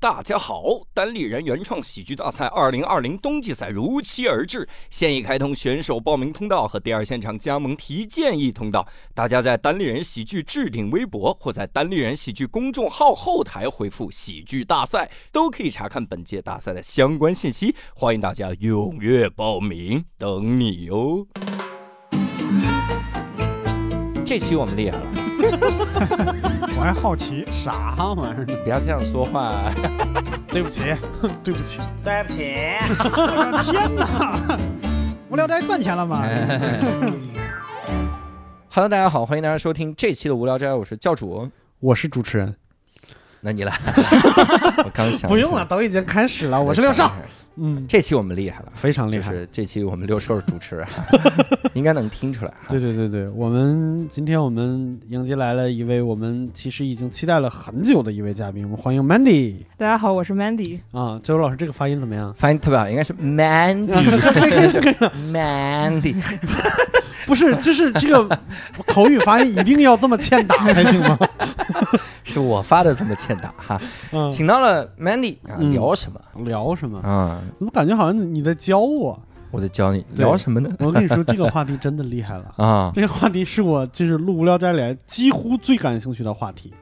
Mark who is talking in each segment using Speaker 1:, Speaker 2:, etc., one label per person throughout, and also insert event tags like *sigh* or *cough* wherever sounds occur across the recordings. Speaker 1: 大家好，单立人原创喜剧大赛2020冬季赛如期而至，现已开通选手报名通道和第二现场加盟提建议通道。大家在单立人喜剧置顶微博或在单立人喜剧公众号后台回复“喜剧大赛”，都可以查看本届大赛的相关信息。欢迎大家踊跃报名，等你哟！这期我们厉害了，
Speaker 2: 我还好奇，
Speaker 3: 啥玩意儿？
Speaker 1: *laughs* 不要这样说话。啊
Speaker 3: 对不起，对不起，
Speaker 4: 对不起，
Speaker 2: 天哪！无聊斋赚钱
Speaker 5: *laughs*
Speaker 2: 了吗？
Speaker 1: *laughs* Hello，大家好，欢迎大家收听这期的无聊斋，我是教主。
Speaker 3: 我是主持人。
Speaker 1: 那你来，
Speaker 3: *laughs*
Speaker 1: 我刚想
Speaker 3: 不用了，，都已经开始了。我是六少，。嗯，
Speaker 1: 这期我们厉害了，
Speaker 3: 非常厉
Speaker 1: 就
Speaker 3: 害。
Speaker 1: 是这期我们六兽主
Speaker 3: *laughs*
Speaker 1: 持人，应该能听出来。
Speaker 3: 对，对对对，我们今天我们迎接来了一位我们其实已经期待了很久的一位嘉宾，我们欢迎 Mandy
Speaker 6: 大家好，我是 Mandy。
Speaker 3: 啊，周老师这个发音怎么样？
Speaker 1: 发音特别好，应该是
Speaker 3: *laughs*
Speaker 1: Mandy，Mandy，
Speaker 3: 不是，就是这个 *laughs* 口语发音一定要这么欠打才行 *laughs* 吗？
Speaker 1: 是我发的这么欠打哈。
Speaker 3: 嗯，
Speaker 1: 请到了 Mandy 啊，
Speaker 3: 嗯
Speaker 1: 聊什么
Speaker 3: 聊什么？
Speaker 1: 啊？
Speaker 3: 怎么感觉好像你在教我？
Speaker 1: 我在教你
Speaker 3: 对
Speaker 1: 聊什么呢？
Speaker 3: 我跟你说，这个话题真的厉害
Speaker 1: *laughs*
Speaker 3: 了。
Speaker 1: 啊，
Speaker 3: 这个话题是我就是录《无聊斋》里来几乎最感兴趣的话题。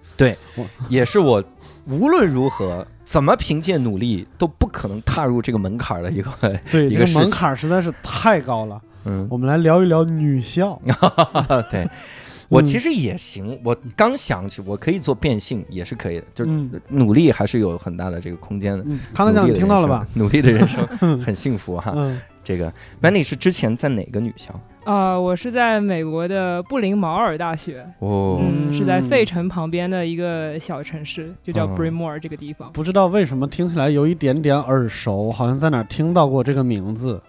Speaker 1: 也是我无论如何怎么凭借努力都不可能踏入这个门槛儿的一个
Speaker 3: 对，这
Speaker 1: 一个
Speaker 3: 个
Speaker 1: 事情
Speaker 3: 门槛实在是太高了。
Speaker 1: 嗯。 *laughs*
Speaker 3: 我们来聊一聊女校。
Speaker 1: 啊，对。我
Speaker 3: 嗯
Speaker 1: 其实也行，我刚想起我可以做变性，也是可以的，就是
Speaker 3: 嗯
Speaker 1: 努力还是有很大的这个空间的。
Speaker 3: 嗯，康乐
Speaker 1: 努
Speaker 3: 酱，
Speaker 1: 力
Speaker 3: 你
Speaker 1: 的
Speaker 3: 听到了
Speaker 1: 人
Speaker 3: 吧？
Speaker 1: 生？努力的人生
Speaker 3: *laughs*
Speaker 1: 很幸福啊哈。
Speaker 3: 嗯，
Speaker 1: 这个 Mandy 是之前在哪个女校？
Speaker 6: 呃，我是在美国的布林茅尔大学，
Speaker 1: 哦
Speaker 6: 嗯，
Speaker 3: 嗯
Speaker 6: 是在费城旁边的一个小城市，就叫
Speaker 1: 哦
Speaker 6: Brymore 这个地方。
Speaker 3: 不知道为什么听起来有一点点耳熟，好像在哪儿听到过这个名字，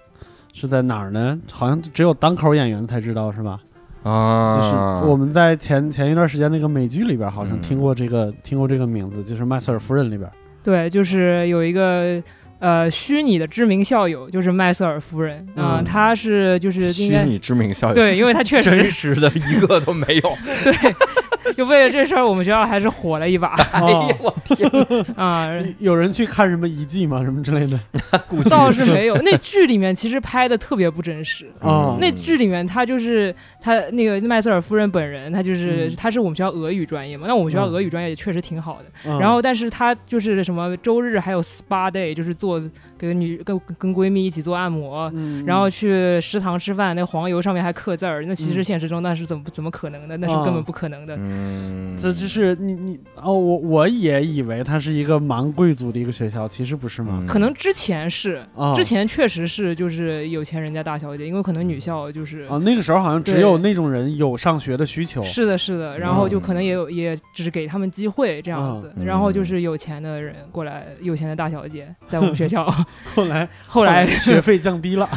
Speaker 3: 是在哪儿呢？好像只有单口演员才知道，是吧？
Speaker 1: 啊，
Speaker 3: 就是我们在前前一段时间那个美剧里边，好像
Speaker 1: 嗯
Speaker 3: 听过这个、听过这个名字，就是《麦瑟尔夫人》里边。
Speaker 6: 对，就是有一个呃虚拟的知名校友，就是麦瑟尔夫人啊、
Speaker 3: 嗯
Speaker 6: 她是就是应
Speaker 1: 虚
Speaker 6: 该
Speaker 1: 拟知名校友，，
Speaker 6: 对，因为她确
Speaker 1: 真
Speaker 6: 实
Speaker 1: 实的一个都没
Speaker 6: *laughs*
Speaker 1: 有。
Speaker 6: 就为了这事儿，我们学校还是火了
Speaker 1: *laughs*
Speaker 6: 一把
Speaker 1: 哎
Speaker 3: 哦
Speaker 1: 呀，我天，
Speaker 6: 啊。
Speaker 3: 有人去看什么遗迹吗？什么之类的？
Speaker 1: 故
Speaker 6: 倒是没有，那剧里面其实拍的特别不真实，
Speaker 1: 嗯
Speaker 3: 哦
Speaker 6: 那剧里面他就是他那个麦瑟尔夫人本人，他就是、
Speaker 3: 嗯
Speaker 6: 他是我们学校俄语专业嘛，那我们学校
Speaker 3: 嗯
Speaker 6: 俄语专业也确实挺好的。
Speaker 3: 嗯
Speaker 6: 然后，但是他就是什么周日还有 SPA day，就是做跟女跟跟闺蜜一起做按摩。
Speaker 3: 嗯
Speaker 6: 然后去食堂吃饭，那黄油上面还刻字儿，那其
Speaker 3: 嗯
Speaker 6: 实现实中那是怎么怎么可能的？那是
Speaker 3: 哦
Speaker 6: 根本不可能的。
Speaker 1: 嗯，
Speaker 3: 这就是你你哦，我我也以为它是一个蛮贵族的一个学校，其实不是
Speaker 1: 嗯
Speaker 3: 吗？
Speaker 6: 可能之前是，
Speaker 3: 啊、
Speaker 6: 之前确实是就是有钱人家大小姐，因为可能女校就是
Speaker 3: 啊，那个时候好像只
Speaker 6: 对
Speaker 3: 有那种人有上学的需求。
Speaker 6: 是的，是
Speaker 3: 嗯
Speaker 6: 的，然后就可能也有，也只是给他们机会这样子，
Speaker 1: 嗯
Speaker 6: 然后就是有钱的人过来，有钱的大小姐
Speaker 3: *laughs*
Speaker 6: 在我们学校，
Speaker 3: 后来
Speaker 6: 后来 *laughs*
Speaker 3: 学费降低
Speaker 1: *laughs*
Speaker 3: 了，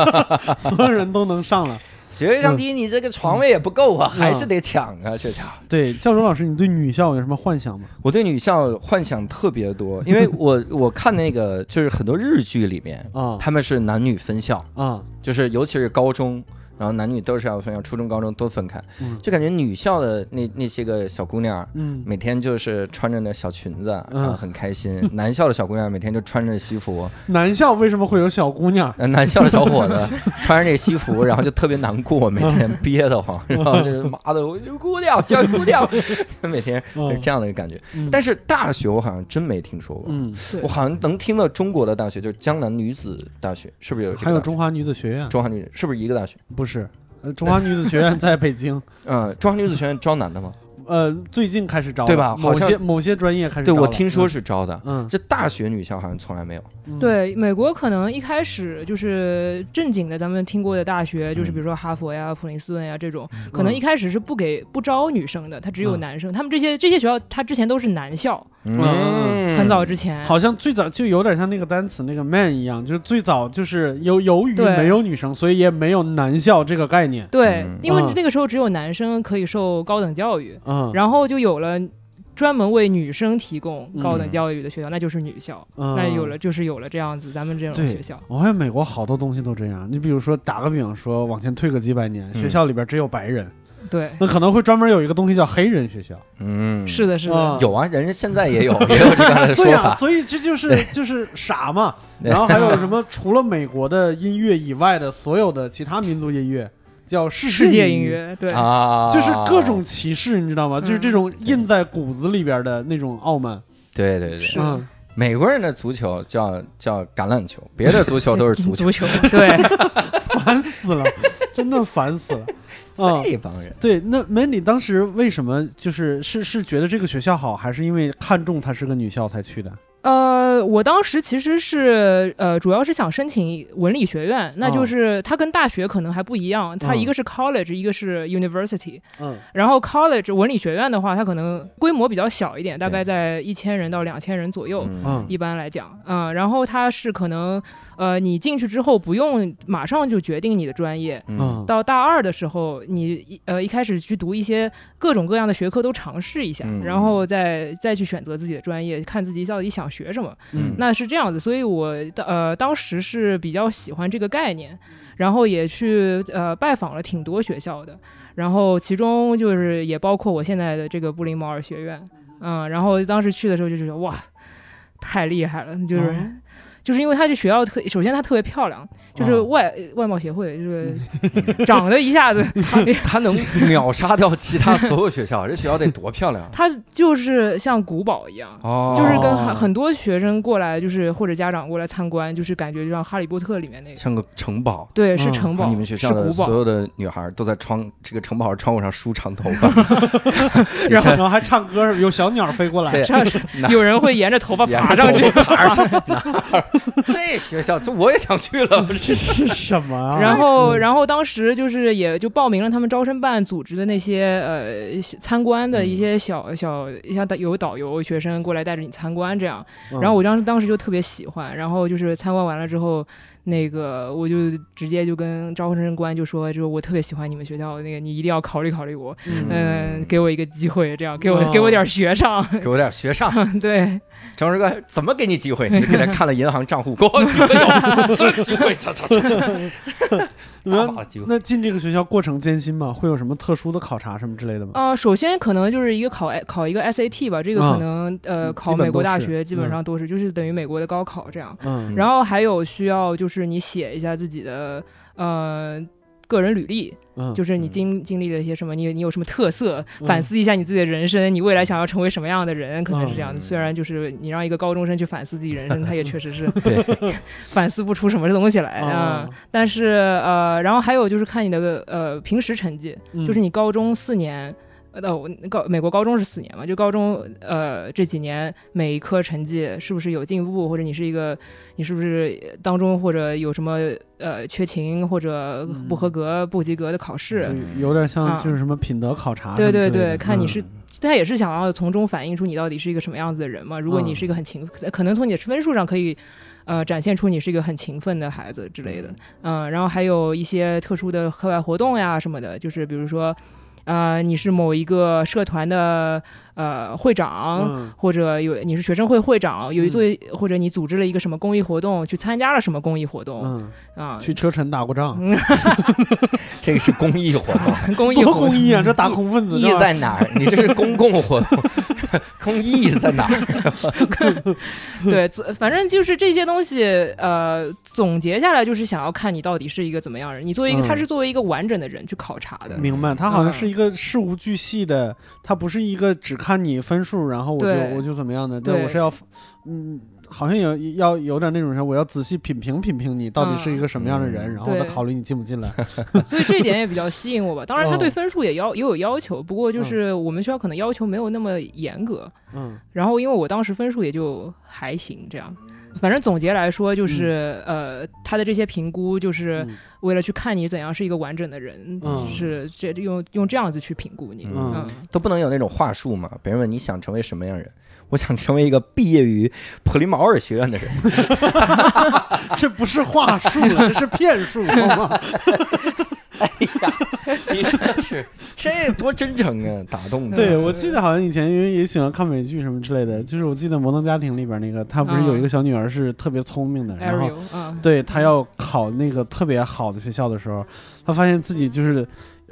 Speaker 3: *laughs* 所有人都能上了。
Speaker 1: 学历上低，你这个床位也不够啊，
Speaker 3: 嗯
Speaker 1: 还是得抢啊，这家。
Speaker 3: 对，教授老师，你对女校有什么幻想吗？
Speaker 1: 我对女校幻想特别多， *laughs* 因为我我看那个就是很多日剧里面，
Speaker 3: 啊
Speaker 1: 他们是男女分校，
Speaker 3: 啊，
Speaker 1: 就是尤其是高中，然后男女都是要分校，初中、高中都分开，
Speaker 3: 嗯
Speaker 1: 就感觉女校的那那些个小姑娘。
Speaker 3: 嗯
Speaker 1: 每天就是穿着那小裙子，然
Speaker 3: 嗯
Speaker 1: 后很开心。男校的小姑娘每天就穿着西服，
Speaker 3: 男校为什么会有小姑娘？
Speaker 1: 呃男校的小
Speaker 3: *laughs*
Speaker 1: 伙子穿着那个西服，然后就特别难过，每天
Speaker 3: 嗯
Speaker 1: 憋得慌，然后就是妈的，我就姑娘，小姑娘， *laughs* 就每天是这样的一个感觉。
Speaker 3: 嗯
Speaker 1: 但是大学我好像真没听说过，
Speaker 3: 嗯，
Speaker 6: 对
Speaker 1: 我好像能听到中国的大学就是江南女子大学，是不是有这个
Speaker 3: 还有
Speaker 1: 大学
Speaker 3: 中华女子学院？
Speaker 1: 中华女子是不是一个大学？
Speaker 3: 不是，呃，中华女子学院在北京。
Speaker 1: 嗯，中华女子学院招男的吗？
Speaker 3: 呃，最近开始招了
Speaker 1: 对吧好
Speaker 3: 某
Speaker 1: 像
Speaker 3: 些某些专业开始
Speaker 1: 对，
Speaker 3: 招
Speaker 1: 我
Speaker 3: 了
Speaker 1: 听说，是招的。
Speaker 3: 嗯，
Speaker 1: 这大学女校好像从来没有。
Speaker 3: 嗯，
Speaker 6: 对美国可能一开始就是正经的咱们听过的大
Speaker 3: 嗯
Speaker 6: 学，就是比如说哈佛呀、普林斯顿呀这种，可能一开始是不给不招女生的，他只有
Speaker 3: 嗯
Speaker 6: 男生，他们这些这些学校他之前都是男校，
Speaker 3: 嗯
Speaker 6: 很早之前。
Speaker 3: 好像最早就有点像那个单词那个 man 一样，就是最早就是由由于
Speaker 6: 对
Speaker 3: 没有女生，所以也没有男校这个概念。
Speaker 6: 对
Speaker 1: 嗯，
Speaker 6: 因为
Speaker 3: 嗯
Speaker 6: 那个时候只有男生可以受高等教育，
Speaker 3: 嗯，
Speaker 6: 然后就有了专门为女生提供高等教育的学校，那就是女校。
Speaker 3: 嗯
Speaker 6: 那有了，就是有了这样子，咱们这种学校。
Speaker 3: 我发现美国好多东西都这样。你比如说，打个比方说，往前退个几百年，
Speaker 1: 嗯
Speaker 3: 学校里边只有白人，
Speaker 6: 对，
Speaker 3: 那可能会专门有一个东西叫黑人学校，
Speaker 5: 嗯，
Speaker 6: 是的，是的
Speaker 3: 啊，
Speaker 5: 有啊，人家现在也有也有这样的说
Speaker 3: 对呀、
Speaker 5: 法，
Speaker 3: 所以这就是就是傻嘛。
Speaker 5: 对
Speaker 3: 然后还有什么？除了美国的音乐以外的所有的其他民族音乐叫世
Speaker 6: 世界音
Speaker 3: 音，
Speaker 6: 乐， *laughs* 对，
Speaker 5: 啊，
Speaker 3: 就是各种歧视，你知道吗？就是这
Speaker 6: 嗯
Speaker 3: 种印在骨子里边的那种傲慢。 *laughs*
Speaker 5: 对对对，
Speaker 6: 是
Speaker 3: 嗯，
Speaker 5: 美国人的足球叫叫橄榄球，别的足球都是足球，*laughs*
Speaker 6: *laughs* 足球，对，
Speaker 3: 烦死了，真的烦死
Speaker 6: *laughs*
Speaker 3: 了。嗯
Speaker 5: 这帮人
Speaker 3: 对，那 Mandy 当时为什么就是是是觉得这个学校好，还是因为看中它是个女校才去的？
Speaker 6: 呃，我当时其实是呃，主要是想申请文理学院，那
Speaker 3: 哦
Speaker 6: 就是它跟大学可能还不一样，它
Speaker 3: 嗯
Speaker 6: 一个是 college，一个是 university。
Speaker 3: 嗯
Speaker 6: 然后 college 文理学院的话，它可能规模比较小一点，大概
Speaker 5: 对
Speaker 6: 在一千人到两千人左右。
Speaker 5: 嗯，
Speaker 3: 嗯
Speaker 6: 一般来讲，嗯，然后它是可能，呃，你进去之后不用马上就决定你的专业，
Speaker 5: 嗯
Speaker 3: 嗯
Speaker 6: 到大二的时候，你一呃一开始去读一些各种各样的学科都尝试一下，
Speaker 5: 嗯
Speaker 6: 然后再再去选择自己的专业，看自己到底想学什么。
Speaker 5: 嗯
Speaker 6: 那是这样子，所以我的呃当时是比较喜欢这个概念，然后也去呃拜访了挺多学校的，然后其中就是也包括我现在的这个布林茅尔学院，嗯，然后当时去的时候就觉得哇，太厉害了，就是。
Speaker 3: 哦
Speaker 6: 就是因为它这学校特，首先它特别漂亮，就是
Speaker 3: 哦
Speaker 6: 外、呃外贸协会，就是 *laughs* 长得一下子，
Speaker 5: 他能秒杀掉其他所有学校，这学校得多漂亮
Speaker 6: *laughs*
Speaker 5: 啊！
Speaker 6: 它就是像古堡一样，
Speaker 5: 哦
Speaker 6: 就是跟很很多学生过来，就是或者家长过来参观，就是感觉就像《哈利波特》里面那个，
Speaker 5: 像个城堡。
Speaker 6: 对，是
Speaker 3: 嗯
Speaker 6: 城
Speaker 1: 啊
Speaker 6: 堡，
Speaker 5: 你们学校
Speaker 6: 是
Speaker 5: 的
Speaker 6: 古堡
Speaker 5: 所，有的女孩都在窗这个城堡窗户上梳长头发，
Speaker 6: *laughs* 嗯
Speaker 3: 然后然后还唱歌什么，有小鸟飞过来
Speaker 5: 对，
Speaker 6: 上是
Speaker 5: 那
Speaker 6: 有人会沿着头
Speaker 1: *laughs*
Speaker 6: 发爬上去。 *laughs*
Speaker 5: 爬上去。哪儿 *laughs* 这学校，这我也想去了。
Speaker 3: 这是什么啊？
Speaker 6: 然后，
Speaker 3: 嗯
Speaker 6: 然后当时就是也就报名了他们招生办组织的那些呃参观的一些小小像导有导游学生过来带着你参观这样，
Speaker 3: 嗯
Speaker 6: 然后我当时当时就特别喜欢，然后就是参观完了之后，那个我就直接就跟招生官就说，就是我特别喜欢你们学校那个，你一定要考虑考虑我，
Speaker 3: 嗯哦
Speaker 6: 嗯，
Speaker 5: 嗯
Speaker 6: 给我一个机会，这样给我、 *laughs* 给我点学上，
Speaker 5: 给我点学上，
Speaker 6: 嗯对，
Speaker 5: 张师哥怎么给你机会？你给
Speaker 6: *laughs*
Speaker 5: 他看了银行账户，给我机会
Speaker 3: *laughs*
Speaker 5: 有，什么机会？这这这这大把
Speaker 3: 那
Speaker 5: 的机会。
Speaker 3: 那进这个学校过程艰辛吗？会有什么特殊的考察什么之类的吗？
Speaker 6: 啊、首先可能就是一个考考一个 SAT 吧，这个
Speaker 3: 啊
Speaker 6: 可能、呃
Speaker 3: 嗯
Speaker 6: 考
Speaker 3: 基本
Speaker 6: 美国
Speaker 3: 都
Speaker 6: 大
Speaker 3: 是
Speaker 6: 学基本
Speaker 3: 嗯
Speaker 6: 上都是，就是等于美国的高考这样。
Speaker 3: 嗯
Speaker 6: 然后还有需要就是你写一下自己的呃个人履历，
Speaker 3: 嗯，
Speaker 6: 就是你
Speaker 5: 嗯
Speaker 6: 经经历了一些什么，你你有什么特色，
Speaker 3: 嗯
Speaker 6: 反思一下你自己的人生，你未来想要成为什么样的人，可能是这样
Speaker 5: 嗯
Speaker 6: 的。虽然就是你让一个高中生去反思自己人生，他也确实是
Speaker 5: 对
Speaker 6: *laughs*
Speaker 5: 嗯
Speaker 6: 反思不出什么东西来啊、
Speaker 3: 啊，
Speaker 6: 但是呃，然后还有就是看你的呃平时成绩，
Speaker 3: 嗯
Speaker 6: 就是你高中四年。呃，我高美国高中是四年嘛，就高中呃这几年每一科成绩是不是有进步，或者你是一个你是不是呃当中或者有什么呃缺勤或者
Speaker 3: 嗯
Speaker 6: 不合格、不及格的考试，
Speaker 3: 就有点像
Speaker 6: 啊
Speaker 3: 就是什么品德考察什么
Speaker 6: 对
Speaker 3: 之类
Speaker 6: 对
Speaker 3: 的，
Speaker 6: 对，看你
Speaker 3: 嗯
Speaker 6: 是，他也是想要从中反映出你到底是一个什么样子的人嘛。如果你
Speaker 3: 嗯
Speaker 6: 是一个很勤，可能从你的分数上可以，呃，展现出你是一个很勤奋的孩子之类的。嗯，然后还有一些特殊的课外活动呀什么的，就是比如说，呃，你是某一个社团的呃会长。
Speaker 3: 嗯
Speaker 6: 或者有你是学生会会长，有一
Speaker 3: 嗯
Speaker 6: 做、或者你组织了一个什么公益活动，去参加了什么公益活动
Speaker 3: 嗯，
Speaker 6: 啊？
Speaker 3: 去车臣打过仗，
Speaker 5: 这个是公益活动。
Speaker 6: 公
Speaker 3: *laughs*
Speaker 6: 益
Speaker 3: 多
Speaker 6: 活动
Speaker 3: 公益啊！这打恐怖分子
Speaker 5: 意在哪儿？你这是公共活
Speaker 1: *laughs*
Speaker 5: 动，公益在
Speaker 3: *laughs*
Speaker 5: 哪儿？
Speaker 6: 对，总反正就是这些东西，呃，总结下来就是想要看你到底是一个怎么样的人。你作为一
Speaker 3: 嗯
Speaker 6: 个，他是作为一个完整的人去考察的。
Speaker 3: 明白，他好像是一个事无巨细的，他不是一个只看你分数，然后我就
Speaker 6: 对
Speaker 3: 我就怎么样的。
Speaker 6: 对
Speaker 3: 我是要，嗯，好像有要有点那种啥，我要仔细品评品评你到底是一个什么样的人，
Speaker 5: 嗯
Speaker 3: 然后再
Speaker 6: 对
Speaker 3: 考虑你进不进来。嗯
Speaker 6: 所以这一点也比较吸引我吧。当然，他
Speaker 3: 哦
Speaker 6: 对分数也要也有要求，不过就是我们学校可能要求没有那么严格。
Speaker 3: 嗯
Speaker 6: 然后，因为我当时分数也就还行，这样。反正总结来说，就是、呃，他的这些评估就是
Speaker 3: 嗯
Speaker 6: 为了去看你怎样是一个完整的人，
Speaker 3: 嗯
Speaker 6: 是这用用这样子去评估你。
Speaker 5: 嗯
Speaker 6: 嗯
Speaker 5: 都不能有那种话术嘛？别人问你想成为什么样人，我想成为一个毕业于普林茅尔学院的人。
Speaker 3: 这不是话术了，这是骗术，好吗？
Speaker 5: 你这是这多真诚啊，打动的。
Speaker 3: 对，我记得好像以前因为也喜欢看美剧什么之类的，就是我记得《摩登家庭》里边那个，他不是有一个小女儿是特别聪明的，然后
Speaker 6: Ariel，嗯，
Speaker 3: 对他要考那个特别好的学校的时候，他发现自己就是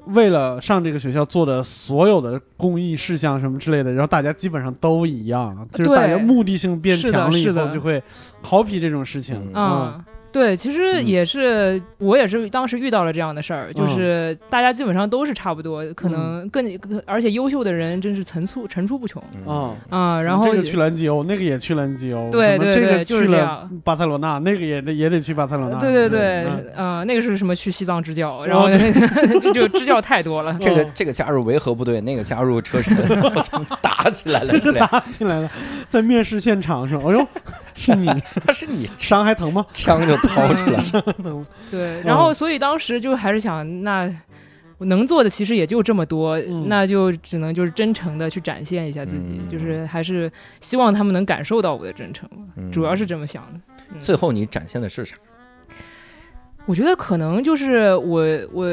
Speaker 3: 为了上这个学校做的所有的公益事项什么之类的，然后大家基本上都一样，就是大家
Speaker 6: 呃对
Speaker 3: 目的性变
Speaker 6: 是的
Speaker 3: 强了以
Speaker 6: 是
Speaker 3: 后
Speaker 6: 的
Speaker 3: 就会 copy 这种事情
Speaker 5: 嗯
Speaker 3: 啊。
Speaker 6: 啊。对，其实
Speaker 3: 嗯
Speaker 6: 也是、我也是当时遇到了这样的事儿，就
Speaker 3: 嗯
Speaker 6: 是大家基本上都是差不多，可能更、而且优秀的人真是层出层出不穷
Speaker 1: 嗯
Speaker 3: 啊
Speaker 6: 啊。然后
Speaker 3: 这个去兰吉欧，那个也去兰吉欧，什
Speaker 6: 对
Speaker 3: 么
Speaker 6: 对
Speaker 3: 这
Speaker 6: 对
Speaker 3: 个
Speaker 6: 就是
Speaker 3: 去
Speaker 6: 这
Speaker 3: 了
Speaker 6: 样
Speaker 3: 巴塞罗那，那个也得也得去巴塞罗那。
Speaker 6: 对对
Speaker 5: 对
Speaker 6: 对，
Speaker 3: 嗯 *laughs*
Speaker 6: 啊、那个是什么去西藏支教，然后 *laughs* 就就支教太多了。
Speaker 3: 嗯
Speaker 1: 这个这个加入维和部队，那个加入车臣，我操，打起来了，这
Speaker 3: *laughs*
Speaker 1: 俩
Speaker 3: 打起来了，在面试现场说：“哎呦，是
Speaker 6: *laughs*
Speaker 3: 你
Speaker 1: 是你
Speaker 3: 伤还疼吗
Speaker 1: 枪就掏出来了，
Speaker 3: 疼
Speaker 6: 对，然后所以当时就还是想，那我能做的其实也就这么多，
Speaker 3: 嗯
Speaker 6: 那就只能就是真诚的去展现一下自己，
Speaker 1: 嗯
Speaker 6: 就是还是希望他们能感受到我的真诚，
Speaker 1: 嗯
Speaker 6: 主要是这么想的。嗯
Speaker 1: 最后你展现的是啥？
Speaker 6: 我觉得可能就是我我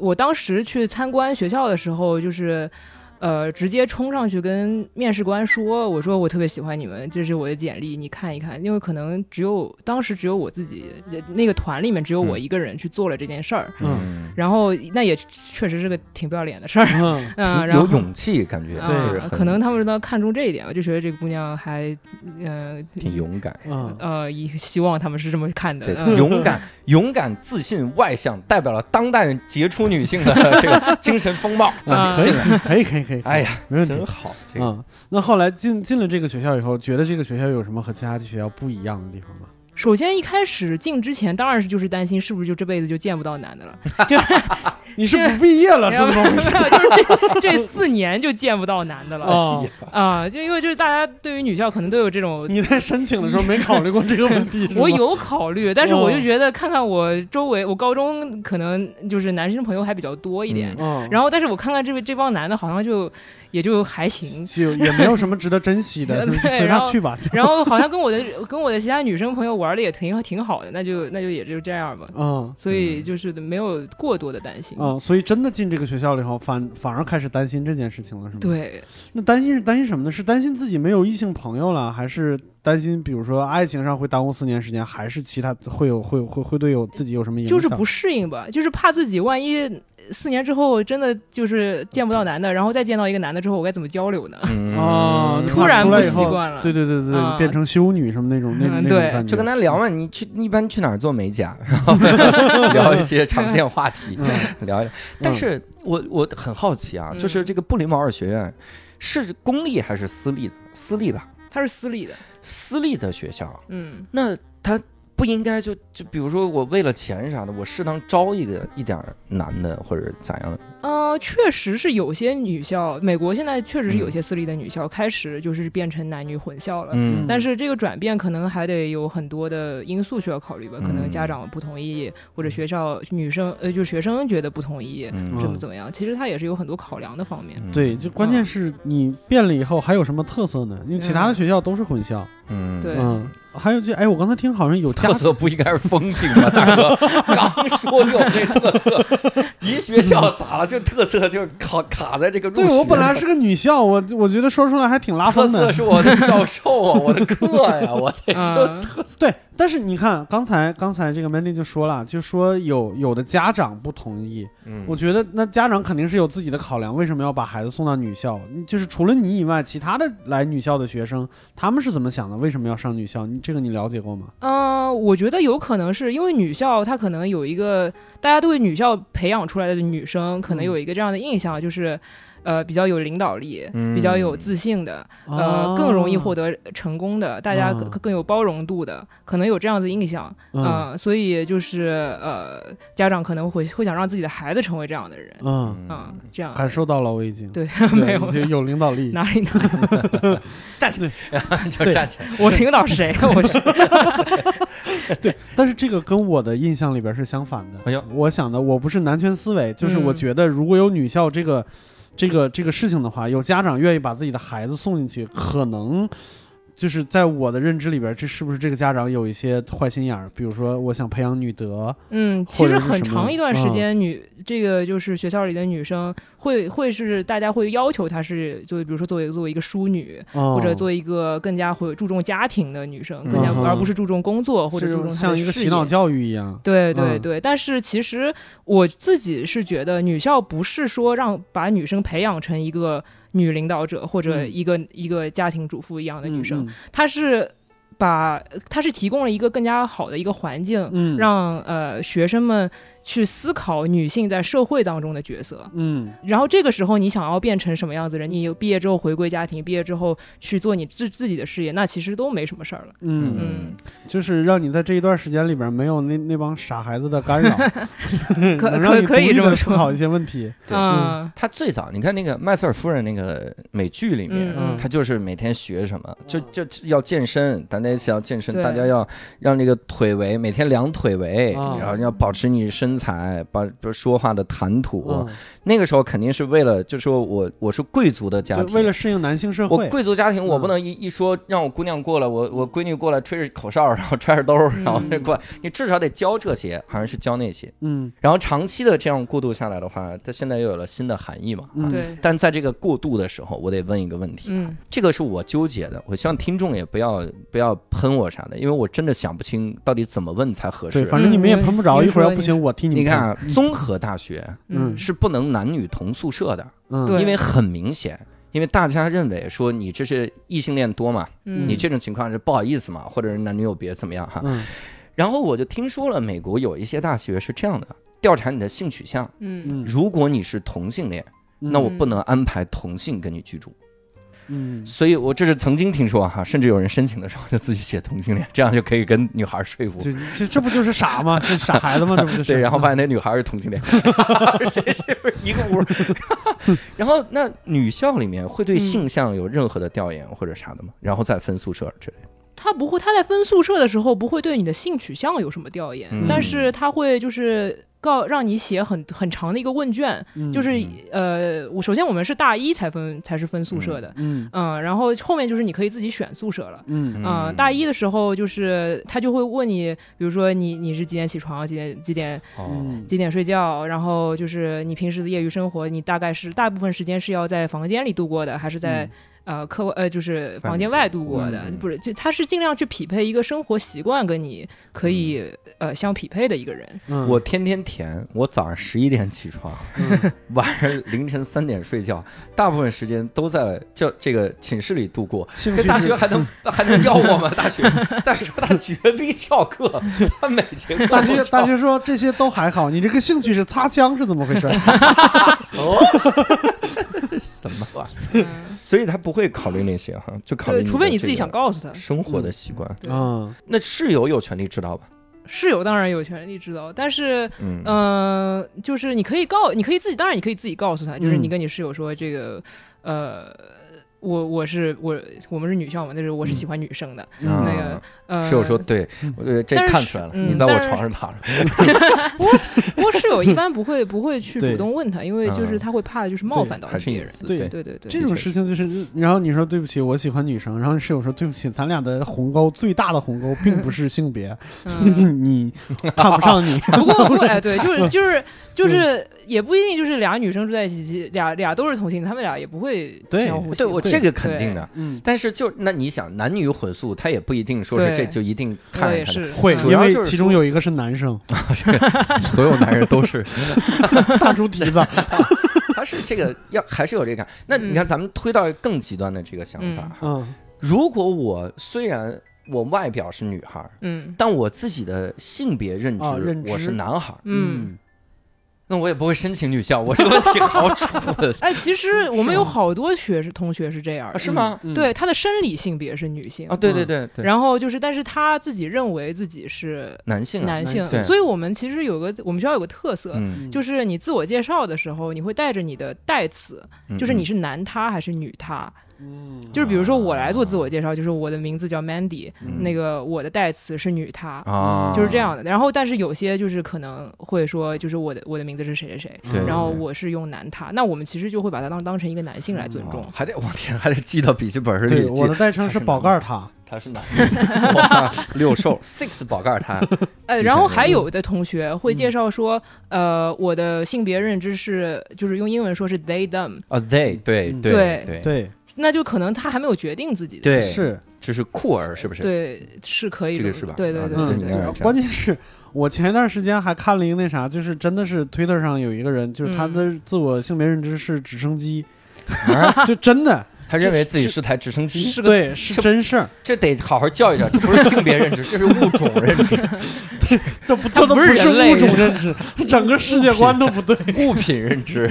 Speaker 6: 我当时去参观学校的时候，就是呃直接冲上去跟面试官说，我说我特别喜欢你们，这是我的简历，你看一看。因为可能只有当时只有我自己呃那个团里面只有我
Speaker 1: 嗯
Speaker 6: 一个人去做了这件事儿，
Speaker 1: 嗯，
Speaker 6: 然后那也确实是个挺不要脸
Speaker 1: *laughs*
Speaker 6: 的事儿。
Speaker 3: 嗯
Speaker 6: 嗯，然
Speaker 1: 有
Speaker 6: 后 *laughs*
Speaker 1: 勇气，感觉就是
Speaker 6: 啊，
Speaker 1: 很
Speaker 6: 可能他们都看重这一点吧，就觉得这个姑娘还，呃
Speaker 1: 挺勇敢，
Speaker 3: 嗯
Speaker 6: 呃，也希望他们是这么看的
Speaker 1: 对，，
Speaker 6: 嗯
Speaker 1: 勇敢、勇敢、自信、外向，代表了当代杰出女性的这个精神风貌。
Speaker 6: 啊
Speaker 1: 进来，
Speaker 3: 可以可以可以，可以
Speaker 1: 哎呀，
Speaker 3: 没问题
Speaker 1: 真好，这个
Speaker 3: 啊。那后来进进了这个学校以后，觉得这个学校有什么和其他的学校不一样的地方吗？
Speaker 6: 首先一开始进之前，当然是就是担心是不是就这辈子就见不到男
Speaker 3: *laughs*
Speaker 6: 的了，就是
Speaker 3: 你是不毕业
Speaker 6: *laughs*
Speaker 3: 了是
Speaker 6: 没
Speaker 3: 怎么
Speaker 6: 有，
Speaker 3: 回 *laughs* 事？
Speaker 6: 就是这这四年就见不到男的了
Speaker 3: 啊，
Speaker 6: 啊，就因为就是大家对于女校可能都有这种。
Speaker 3: 你在申请的时候没考虑过这个问题？嗯是吗
Speaker 6: 我，有考虑，但是我
Speaker 3: 哦
Speaker 6: 就觉得看看我周围，我高中可能就是男生朋友还比较多一点，
Speaker 3: 嗯，
Speaker 6: 然后但是我看看这位这帮男的，好像就也就
Speaker 3: *laughs*
Speaker 6: 还行，
Speaker 3: 就也没有什么值得珍惜的，就
Speaker 6: *laughs* 对
Speaker 3: 随
Speaker 6: 然
Speaker 3: 他
Speaker 6: 后
Speaker 3: 去吧。就
Speaker 6: 然后好像跟我的跟我的其他女生朋友玩的也挺挺好的，那就那就也就这样吧。
Speaker 3: 嗯
Speaker 6: 所以就是没有过多的担心。
Speaker 3: 嗯，所以真的进这个学校了以后，反反而开始担心这件事情了，是吗？。
Speaker 6: 对，
Speaker 3: 那担心是担心什么呢？是担心自己没有异性朋友了，还是担心比如说爱情上会耽误四年时间，还是其他会有会会会对有自己有什么影响？
Speaker 6: 就是不适应吧，就是怕自己万一四年之后真的就是见不到男的，然后再见到一个男的之后，我该怎么交流
Speaker 3: *laughs*
Speaker 6: 呢？
Speaker 1: 嗯
Speaker 3: 啊，
Speaker 6: 突然
Speaker 3: 出
Speaker 6: 不
Speaker 3: 来以
Speaker 6: 习
Speaker 3: 后
Speaker 6: 惯了
Speaker 3: 对对对对，
Speaker 6: 啊
Speaker 3: 变成修女什么那种那
Speaker 6: *laughs* 嗯
Speaker 3: 那种
Speaker 6: 对
Speaker 3: 感觉，
Speaker 1: 就跟他聊嘛，你去一般去哪儿做美甲，然
Speaker 3: *laughs*
Speaker 1: 后聊一些常见话题，
Speaker 3: 嗯，
Speaker 1: *laughs* 聊一聊。但是我我很好奇啊，
Speaker 6: 嗯
Speaker 1: 就是这个布林茅尔学院是公立还是私立的？私立吧，
Speaker 6: 他是私立的，
Speaker 1: 私立的学校，
Speaker 6: 嗯，
Speaker 1: 那他不应该就就比如说我为了钱啥的，我适当招一个一点儿男的或者咋样的？
Speaker 6: 呃，确实是有些女校，美国现在确实
Speaker 3: 嗯
Speaker 6: 是有些私立的女校开始就是变成男女混校了。
Speaker 1: 嗯
Speaker 6: 但是这个转变可能还得有很多的因素需要考虑吧，可
Speaker 3: 嗯
Speaker 6: 能家长不同意，或者学校女生呃，就是学生觉得不同意，
Speaker 1: 嗯
Speaker 6: 怎么怎么样，其实它也是有很多考量的
Speaker 3: *laughs*
Speaker 6: 方面。
Speaker 3: 对，就关键是你变了以后还有什么特色呢？因为其他的学校都是混校，
Speaker 1: 嗯
Speaker 6: 对
Speaker 3: 嗯，还有就哎，我刚才听好像有家
Speaker 1: 特色不应该是风景吗，大哥？刚说有这特色，一学校咋了？就特色就卡卡在这个入学。
Speaker 3: 对我本来是个女校，我我觉得说出来还挺拉
Speaker 1: 特
Speaker 3: 风
Speaker 1: 色
Speaker 3: 的。
Speaker 1: 是我的教授啊，我的课呀，我的
Speaker 6: 啊，
Speaker 3: 对，但是你看刚才刚才这个 Mandy 就说了，就说有有的家长不同意，
Speaker 1: 嗯
Speaker 6: 嗯
Speaker 3: 我觉得那家长肯定是有自己的考量，为什么要把孩子送到女校？就是除了你以外，其他的来女校的学生他们是怎么想的？为什么要上女校？你这个你了解过吗？
Speaker 6: 嗯，我觉得有可能是因为女校，它可能有一个大家对女校培养出来的女生，可能有一个这样的印象，就是呃比较有领导力，
Speaker 1: 嗯
Speaker 6: 比较有自信的，呃更容易获得成功的，大家
Speaker 3: 啊
Speaker 6: 更更有包容度的，可能有这样子印象。
Speaker 3: 嗯
Speaker 6: 呃所以就是呃家长可能会会想让自己的孩子成为这样的人，
Speaker 3: 嗯，
Speaker 6: 啊，这样
Speaker 3: 感受到了，我已经
Speaker 6: 对
Speaker 3: 对
Speaker 6: 没有
Speaker 3: 就有领导力。
Speaker 6: 哪里哪里，
Speaker 1: 站起来，就
Speaker 3: 对
Speaker 1: 站起来。
Speaker 6: 我领导谁？啊我是
Speaker 3: 对，但是这个跟我的印象里边是相反的。
Speaker 1: 哎呦
Speaker 3: 我想的我不是男权思维，就是
Speaker 6: 嗯
Speaker 3: 我觉得如果有女校这个、这个这个事情的话，有家长愿意把自己的孩子送进去，可能就是在我的认知里边，这是不是这个家长有一些坏心眼儿？比如说，我想培养女德，
Speaker 6: 嗯，
Speaker 3: 或
Speaker 6: 其
Speaker 3: 者
Speaker 6: 实
Speaker 3: 是
Speaker 6: 很
Speaker 3: 什么
Speaker 6: 长一段时
Speaker 3: 嗯
Speaker 6: 间，女这个就是学校里的女生会会是大家会要求她是，就比如说作为作为一个淑女，
Speaker 3: 哦、
Speaker 6: 或者作为一个更加会注重家庭的女生，更加
Speaker 3: 嗯哼
Speaker 6: 而不是注重工作或者
Speaker 3: 是
Speaker 6: 注重她
Speaker 3: 像
Speaker 6: 的
Speaker 3: 一个
Speaker 6: 事
Speaker 3: 洗脑
Speaker 6: 业
Speaker 3: 教育一样。
Speaker 6: 对对
Speaker 3: 嗯
Speaker 6: 对，但是其实我自己是觉得，女校不是说让把女生培养成一个女领导者或者
Speaker 3: 嗯
Speaker 6: 一个、一个家庭主妇一样的女生，
Speaker 3: 嗯，
Speaker 6: 她是把她是提供了一个更加好的一个环境，
Speaker 3: 嗯，
Speaker 6: 让呃学生们去思考女性在社会当中的角色。
Speaker 3: 嗯
Speaker 6: 然后这个时候，你想要变成什么样子的人，你毕业之后回归家庭，毕业之后去做你自自己的事业，那其实都没什么事儿了。
Speaker 3: 嗯嗯，
Speaker 6: 嗯，
Speaker 3: 就是让你在这一段时间里边没有那那帮傻孩子的干扰，
Speaker 6: *laughs*
Speaker 3: *laughs*
Speaker 6: 可
Speaker 3: 能让
Speaker 6: 可
Speaker 3: 你
Speaker 6: 可以这
Speaker 3: 的
Speaker 6: 么
Speaker 3: 思考一
Speaker 6: 说。
Speaker 3: 些问题。
Speaker 1: 对
Speaker 6: 嗯
Speaker 1: 他最早，你看那个麦瑟尔夫人那个美剧里面，
Speaker 6: 嗯
Speaker 1: 他就是每天学什么，就就要健身，大家想要健身，
Speaker 6: 对
Speaker 1: 大家要让这个腿围每天量腿围，
Speaker 3: 啊
Speaker 1: 然后要保持你身材，把就说话的谈吐。
Speaker 3: 嗯，
Speaker 1: 那个时候肯定是为了，就说我我是贵族的家
Speaker 3: 就
Speaker 1: 庭，
Speaker 3: 为了适应男性社
Speaker 1: 我
Speaker 3: 会，
Speaker 1: 贵族家庭，我
Speaker 3: 嗯
Speaker 1: 不能一一说让我姑娘过来，我我闺女过来吹着口哨，然后揣着兜儿，然后
Speaker 6: 嗯
Speaker 1: 这过来，你至少得教这些，好像是教那些。
Speaker 3: 嗯
Speaker 1: 然后长期的这样过渡下来的话，它现在又有了新的含义嘛。啊
Speaker 3: 嗯，
Speaker 6: 对，
Speaker 1: 但在这个过渡的时候，我得问一个问题，
Speaker 6: 嗯
Speaker 1: 这个是我纠结的，我希望听众也不要不要喷我啥的，因为我真的想不清到底怎么问才合
Speaker 3: 对，
Speaker 1: 适。
Speaker 3: 反正你们也喷不着，
Speaker 6: 嗯
Speaker 3: 一会儿要
Speaker 6: 你
Speaker 3: 不行我替
Speaker 1: 你
Speaker 3: 们喷。
Speaker 1: 看啊，综合大学
Speaker 3: 嗯
Speaker 6: 嗯，
Speaker 1: 是不能男女同宿舍的，
Speaker 3: 嗯，
Speaker 6: 对
Speaker 1: 因为很明显，因为大家认为说你这是异性恋多嘛，
Speaker 6: 嗯
Speaker 1: 你这种情况是不好意思嘛，或者是男女有别怎么样哈。
Speaker 3: 嗯
Speaker 1: 然后我就听说了，美国有一些大学是这样的，调查你的性取向，
Speaker 6: 嗯
Speaker 3: 嗯，
Speaker 1: 如果你是同性恋，那我不能安排同性跟你居住。
Speaker 3: 嗯
Speaker 1: 所以我这是曾经听说哈，甚至有人申请的时候就自己写同性恋，这样就可以跟女孩说服。
Speaker 3: 这这这不就是傻吗？这傻孩子吗？这不就是？
Speaker 1: 对，然后发现那女孩是同性恋， *laughs* 谁是不是一个屋？ *laughs* 然后那女校里面会对性向有任何的调研或者啥
Speaker 3: 嗯
Speaker 1: 的吗？然后再分宿舍之类的。
Speaker 6: 他不会，他在分宿舍的时候不会对你的性取向有什么调研，
Speaker 1: 嗯
Speaker 6: 但是他会就是告让你写很很长的一个问卷，
Speaker 3: 嗯
Speaker 6: 就是呃，我首先我们是大一才分才是分宿舍的，
Speaker 3: 嗯
Speaker 6: 嗯然后后面就是你可以自己选宿舍了。
Speaker 3: 嗯
Speaker 6: 嗯，大一的时候就是他就会问你，比如说你你是几点起床，几点几点
Speaker 1: 哦，
Speaker 3: 嗯
Speaker 6: 几点睡觉，然后就是你平时的业余生活，你大概是大部分时间是要在房间里度过的，还是在、呃课外呃就是房间外度过的？
Speaker 1: 嗯
Speaker 6: 不是，就他是尽量去匹配一个生活习惯跟你可以、
Speaker 1: 嗯
Speaker 6: 呃相匹配的一个人。
Speaker 3: 嗯，
Speaker 1: 我天天填，我早上十一点起床， *laughs*
Speaker 3: 嗯
Speaker 1: 晚上凌晨三点睡觉，大部分时间都在教这个寝室里度过。
Speaker 3: 兴
Speaker 1: 这
Speaker 3: 趣
Speaker 1: 大
Speaker 3: 是
Speaker 1: 学还 *laughs* 能还能要我吗？大学，大学他绝逼翘课，他每节课
Speaker 3: 大
Speaker 1: 都
Speaker 3: 学
Speaker 1: 翘
Speaker 3: 大学说这些都还好，你这个兴趣是擦枪是怎么回
Speaker 1: *laughs*
Speaker 3: 事？
Speaker 1: 哦，什么玩意儿？所 *laughs* 以他不会考虑那些哈，就考虑
Speaker 6: 对，
Speaker 1: 的
Speaker 6: 除非你自己想
Speaker 1: 这个
Speaker 6: 告诉他。
Speaker 1: 生活的习惯。
Speaker 6: 对，
Speaker 3: 嗯
Speaker 1: 那室友有权利知道吧？
Speaker 6: 室友当然有权利知道，但是
Speaker 1: 嗯
Speaker 6: 嗯、呃就是你可以告，你可以自己，当然你可以自己告诉他，就是
Speaker 3: 嗯
Speaker 6: 你跟你室友说这个，呃，我我是我我们是女校嘛，但是我是喜欢女生的，
Speaker 3: 嗯
Speaker 1: 啊
Speaker 6: 那个呃，
Speaker 1: 室友
Speaker 6: *laughs*
Speaker 1: 说对，我呃这
Speaker 6: 但是
Speaker 1: 看出来了，
Speaker 6: 嗯
Speaker 1: 你在我
Speaker 6: 但是
Speaker 1: 床上躺着。
Speaker 6: 不过室友一般不会不会去
Speaker 3: 对
Speaker 6: 主动问他，因为就是他会怕就是冒犯到
Speaker 1: 嗯还是
Speaker 6: 别
Speaker 1: 隐
Speaker 6: 人。
Speaker 1: 私
Speaker 3: 对
Speaker 6: 对对对，
Speaker 3: 这种事情就是，然后你说对不起，我喜欢女生，然后室友说对不起，咱俩的鸿沟最大的鸿沟并不是性别，*laughs*
Speaker 6: 嗯，
Speaker 3: 你看不上
Speaker 1: *laughs*
Speaker 3: 你，
Speaker 6: 不过不过哎，对，就是就是就是
Speaker 1: 嗯
Speaker 6: 也不一定就是俩女生住在一起，俩俩都是同性，他们俩也不会
Speaker 3: 对
Speaker 6: 相互
Speaker 1: *laughs* 对
Speaker 6: 喜
Speaker 1: 我
Speaker 6: 欢
Speaker 1: 这个肯定的，
Speaker 3: 嗯，
Speaker 1: 但是就那你想，男女混宿，他也不一定说是
Speaker 6: 对
Speaker 1: 这就一定
Speaker 6: 我
Speaker 1: 看
Speaker 6: 也
Speaker 1: 看
Speaker 6: 是
Speaker 3: 会，
Speaker 6: 嗯
Speaker 1: 主
Speaker 3: 因
Speaker 1: 要
Speaker 3: 为
Speaker 1: 就是
Speaker 3: 其中有一个是男生，
Speaker 1: *laughs*
Speaker 6: *laughs*
Speaker 1: 所有男人都是，
Speaker 3: 大猪蹄子，
Speaker 1: 他是这个要还是有这个感。那你看，咱们推到更极端的这个想法哈，
Speaker 3: 嗯
Speaker 1: 如果我虽然我外表是女孩，
Speaker 6: 嗯
Speaker 1: 但我自己的性别认知，
Speaker 3: 啊认知
Speaker 1: 我是男孩儿，
Speaker 6: 嗯。，
Speaker 1: 那我也不会申请女校。我这问题好蠢
Speaker 6: 哎，其实我们有好多学生同学是这样
Speaker 1: 啊，
Speaker 6: 的，
Speaker 1: 是吗？
Speaker 3: 嗯，
Speaker 6: 对，他的生理性别是女性
Speaker 1: 啊，，对对对对，
Speaker 6: 然后就是，但是他自己认为自己是
Speaker 1: 男性啊，
Speaker 6: 男性
Speaker 1: 对，
Speaker 6: 所以我们其实有个我们学校有个特色，
Speaker 1: 嗯，
Speaker 6: 就是是你自我介绍的时时候，你会带着你的代词，
Speaker 1: 嗯啊
Speaker 6: 就是你是男他还是女他，
Speaker 3: 嗯，
Speaker 6: 就是比如说我来做自我介绍，就是我的名字叫 Mandy，、那个我的代词是女她。
Speaker 1: 嗯啊，
Speaker 6: 就是这样的，然后但是有些就是可能会说，就是我的我的名字是谁谁谁，
Speaker 1: 对
Speaker 6: 然后我是用男他，那我们其实就会把他当当成一个男性来尊重
Speaker 1: 哦。还得我天，还得记到笔记本
Speaker 3: 对，
Speaker 1: 里
Speaker 3: 我
Speaker 1: 记
Speaker 3: 的。代称是宝盖儿塔，
Speaker 1: 他是哪？哇六兽 six 宝盖儿他，
Speaker 6: 呃，
Speaker 1: 记
Speaker 6: 然
Speaker 1: 下
Speaker 6: 后
Speaker 1: 来
Speaker 6: 还有的同学会
Speaker 1: 嗯
Speaker 6: 介绍说，呃，我的性别认知是就是用英文说是 they them，
Speaker 1: 啊 they 对
Speaker 3: 嗯
Speaker 6: 对
Speaker 1: 对对，
Speaker 3: 对，
Speaker 6: 那就可能他还没有决定自己的
Speaker 1: 对
Speaker 3: 是，
Speaker 1: 这是酷儿是不是？
Speaker 6: 对，是可以
Speaker 1: 这个
Speaker 6: 容
Speaker 1: 是吧
Speaker 6: 对对
Speaker 1: 啊
Speaker 6: 对
Speaker 1: 这是
Speaker 6: 对
Speaker 3: 嗯，
Speaker 1: 你应该
Speaker 6: 对对，
Speaker 1: 是这样
Speaker 3: 关键是我前一段时间还看了一个那啥，就是真的是 Twitter 上有一个人，就是他的
Speaker 6: 嗯
Speaker 3: 自我性别认知是直升
Speaker 6: *laughs*
Speaker 3: 机，
Speaker 1: 啊，
Speaker 3: 就真的
Speaker 1: 他认为自己是台直升机，
Speaker 6: 是个
Speaker 3: 对是真事儿，
Speaker 6: *laughs*
Speaker 1: 这得好好教育教，这不是性别认知，这是物种认
Speaker 6: *laughs*
Speaker 1: 知、
Speaker 3: 这不这都
Speaker 6: 不是
Speaker 3: 是
Speaker 6: 人类
Speaker 3: 物种认知，
Speaker 6: *laughs*
Speaker 3: 整个世界观都不对。
Speaker 1: 物品认知，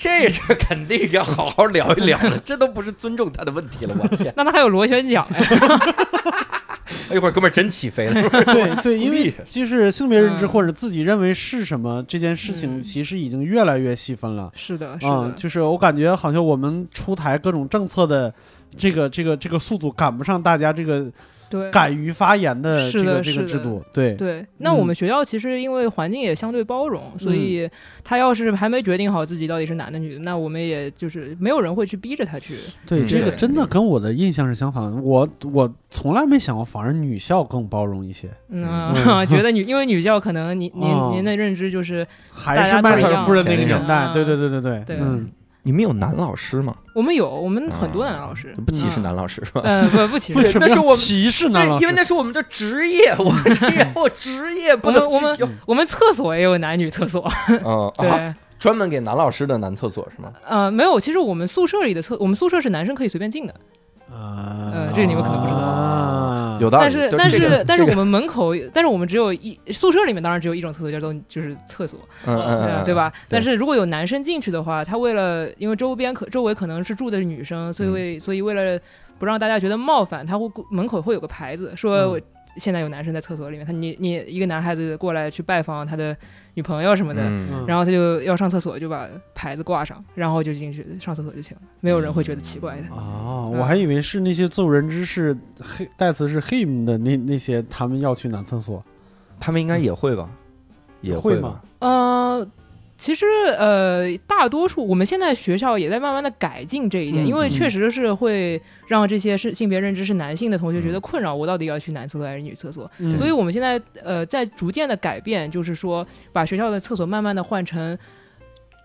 Speaker 1: 这事儿肯定要好好聊一聊
Speaker 6: *laughs*
Speaker 1: 了。这都不是尊重他的问题了，我天！
Speaker 6: 那他还有螺旋桨
Speaker 1: *laughs*
Speaker 6: 呀？
Speaker 1: 哎一会儿哥们儿真起飞了，
Speaker 3: 对对，因为
Speaker 1: 厉害
Speaker 3: 就是性别认知
Speaker 6: 嗯
Speaker 3: 或者自己认为是什么这件事情，
Speaker 6: 嗯
Speaker 3: 其实已经越来越细分了。
Speaker 6: 是的，是
Speaker 1: 啊
Speaker 3: 嗯，
Speaker 6: 的，
Speaker 3: 就是我感觉好像我们出台各种政策的这个这个这个速度赶不上大家这个
Speaker 6: 对。
Speaker 3: 敢于发言的
Speaker 6: 是
Speaker 3: 这个
Speaker 6: 的
Speaker 3: 这个
Speaker 6: 是
Speaker 3: 制
Speaker 6: 的
Speaker 3: 度，对
Speaker 6: 对，那
Speaker 1: 嗯
Speaker 6: 我们学校其实因为环境也相对包容，所以他要是还没决定好自己到底是男的女的，那我们也就是没有人会去逼着他去。
Speaker 3: 对，
Speaker 1: 嗯
Speaker 3: 这个
Speaker 6: 对
Speaker 3: 真的跟我的印象是相反。我我从来没想过，反而女校更包容一些，
Speaker 6: 嗯， *laughs* 觉得女因为女教可能您您
Speaker 3: 哦
Speaker 6: 您的认知就是，
Speaker 3: 还
Speaker 6: 大家
Speaker 3: 是
Speaker 6: 都
Speaker 3: 麦
Speaker 1: 一
Speaker 3: 瑟尔
Speaker 1: 样
Speaker 3: 夫人那个
Speaker 1: 前
Speaker 3: 年
Speaker 1: 面
Speaker 3: 代。对对
Speaker 6: 啊
Speaker 3: 对对对，
Speaker 6: 对
Speaker 3: 嗯，
Speaker 1: 你们有男老师吗？
Speaker 6: 我们有我们很多男老师，
Speaker 1: 哦不歧视男老师是吧？
Speaker 6: 嗯，呃不不歧
Speaker 1: *laughs*
Speaker 3: 为
Speaker 6: 视，
Speaker 3: 什么
Speaker 1: 那是
Speaker 3: 要
Speaker 1: 我们
Speaker 3: 歧视男老师
Speaker 1: 对，因为，那是我们的职业，
Speaker 6: *laughs*
Speaker 1: 我这我职业不能
Speaker 6: 我们
Speaker 1: 去教。
Speaker 6: 我们厕所也有男女厕所，
Speaker 1: 嗯，
Speaker 6: 对，
Speaker 1: 啊专门给男老师的男厕所是吗？
Speaker 6: 呃，没有，其实我们宿舍里的厕，我们宿舍是男生可以随便进的，
Speaker 1: 哦
Speaker 3: 呃
Speaker 6: 这个你们可能不知道
Speaker 3: 道
Speaker 1: 有道理。
Speaker 6: 但是
Speaker 1: 就
Speaker 6: 但
Speaker 1: 这个
Speaker 6: 是但是
Speaker 1: 这个
Speaker 6: 我们门口，但是我们只有一宿舍里面当然只有一种厕所叫做就是厕所，
Speaker 1: 嗯嗯
Speaker 6: 对
Speaker 1: 嗯，
Speaker 6: 对吧？但
Speaker 1: 对
Speaker 6: 是如果有男生进去的话，他为了因为周边可周围可能是住的女生，所以
Speaker 1: 嗯
Speaker 6: 为、所以为了不让大家觉得冒犯，他会门口会有个牌子说。
Speaker 1: 嗯
Speaker 6: 我现在有男生在厕所里面，他你你一个男孩子过来去拜访他的女朋友什么的，
Speaker 3: 哦
Speaker 1: 嗯，
Speaker 6: 然后他就要上厕所，就把牌子挂上，然后就进去上厕所就行了，没有人会觉得奇怪的。
Speaker 3: 哦，我还以为是那些自我认知是黑代词是 him 的那那些，他们要去男厕所，
Speaker 1: 他们应该也会吧？也
Speaker 3: 会
Speaker 1: 吧
Speaker 3: 吗？
Speaker 6: 呃，其实呃，大多数我们现在学校也在慢慢的改进这一点，
Speaker 3: 嗯
Speaker 6: 因为
Speaker 3: 嗯
Speaker 6: 确实是会让这些是性别认知是男性的同学
Speaker 1: 嗯
Speaker 6: 觉得困扰，我到底要去男厕所还是女厕所？
Speaker 3: 嗯
Speaker 6: 所以我们现在呃在逐渐的改变，就是说把学校的厕所慢慢的换成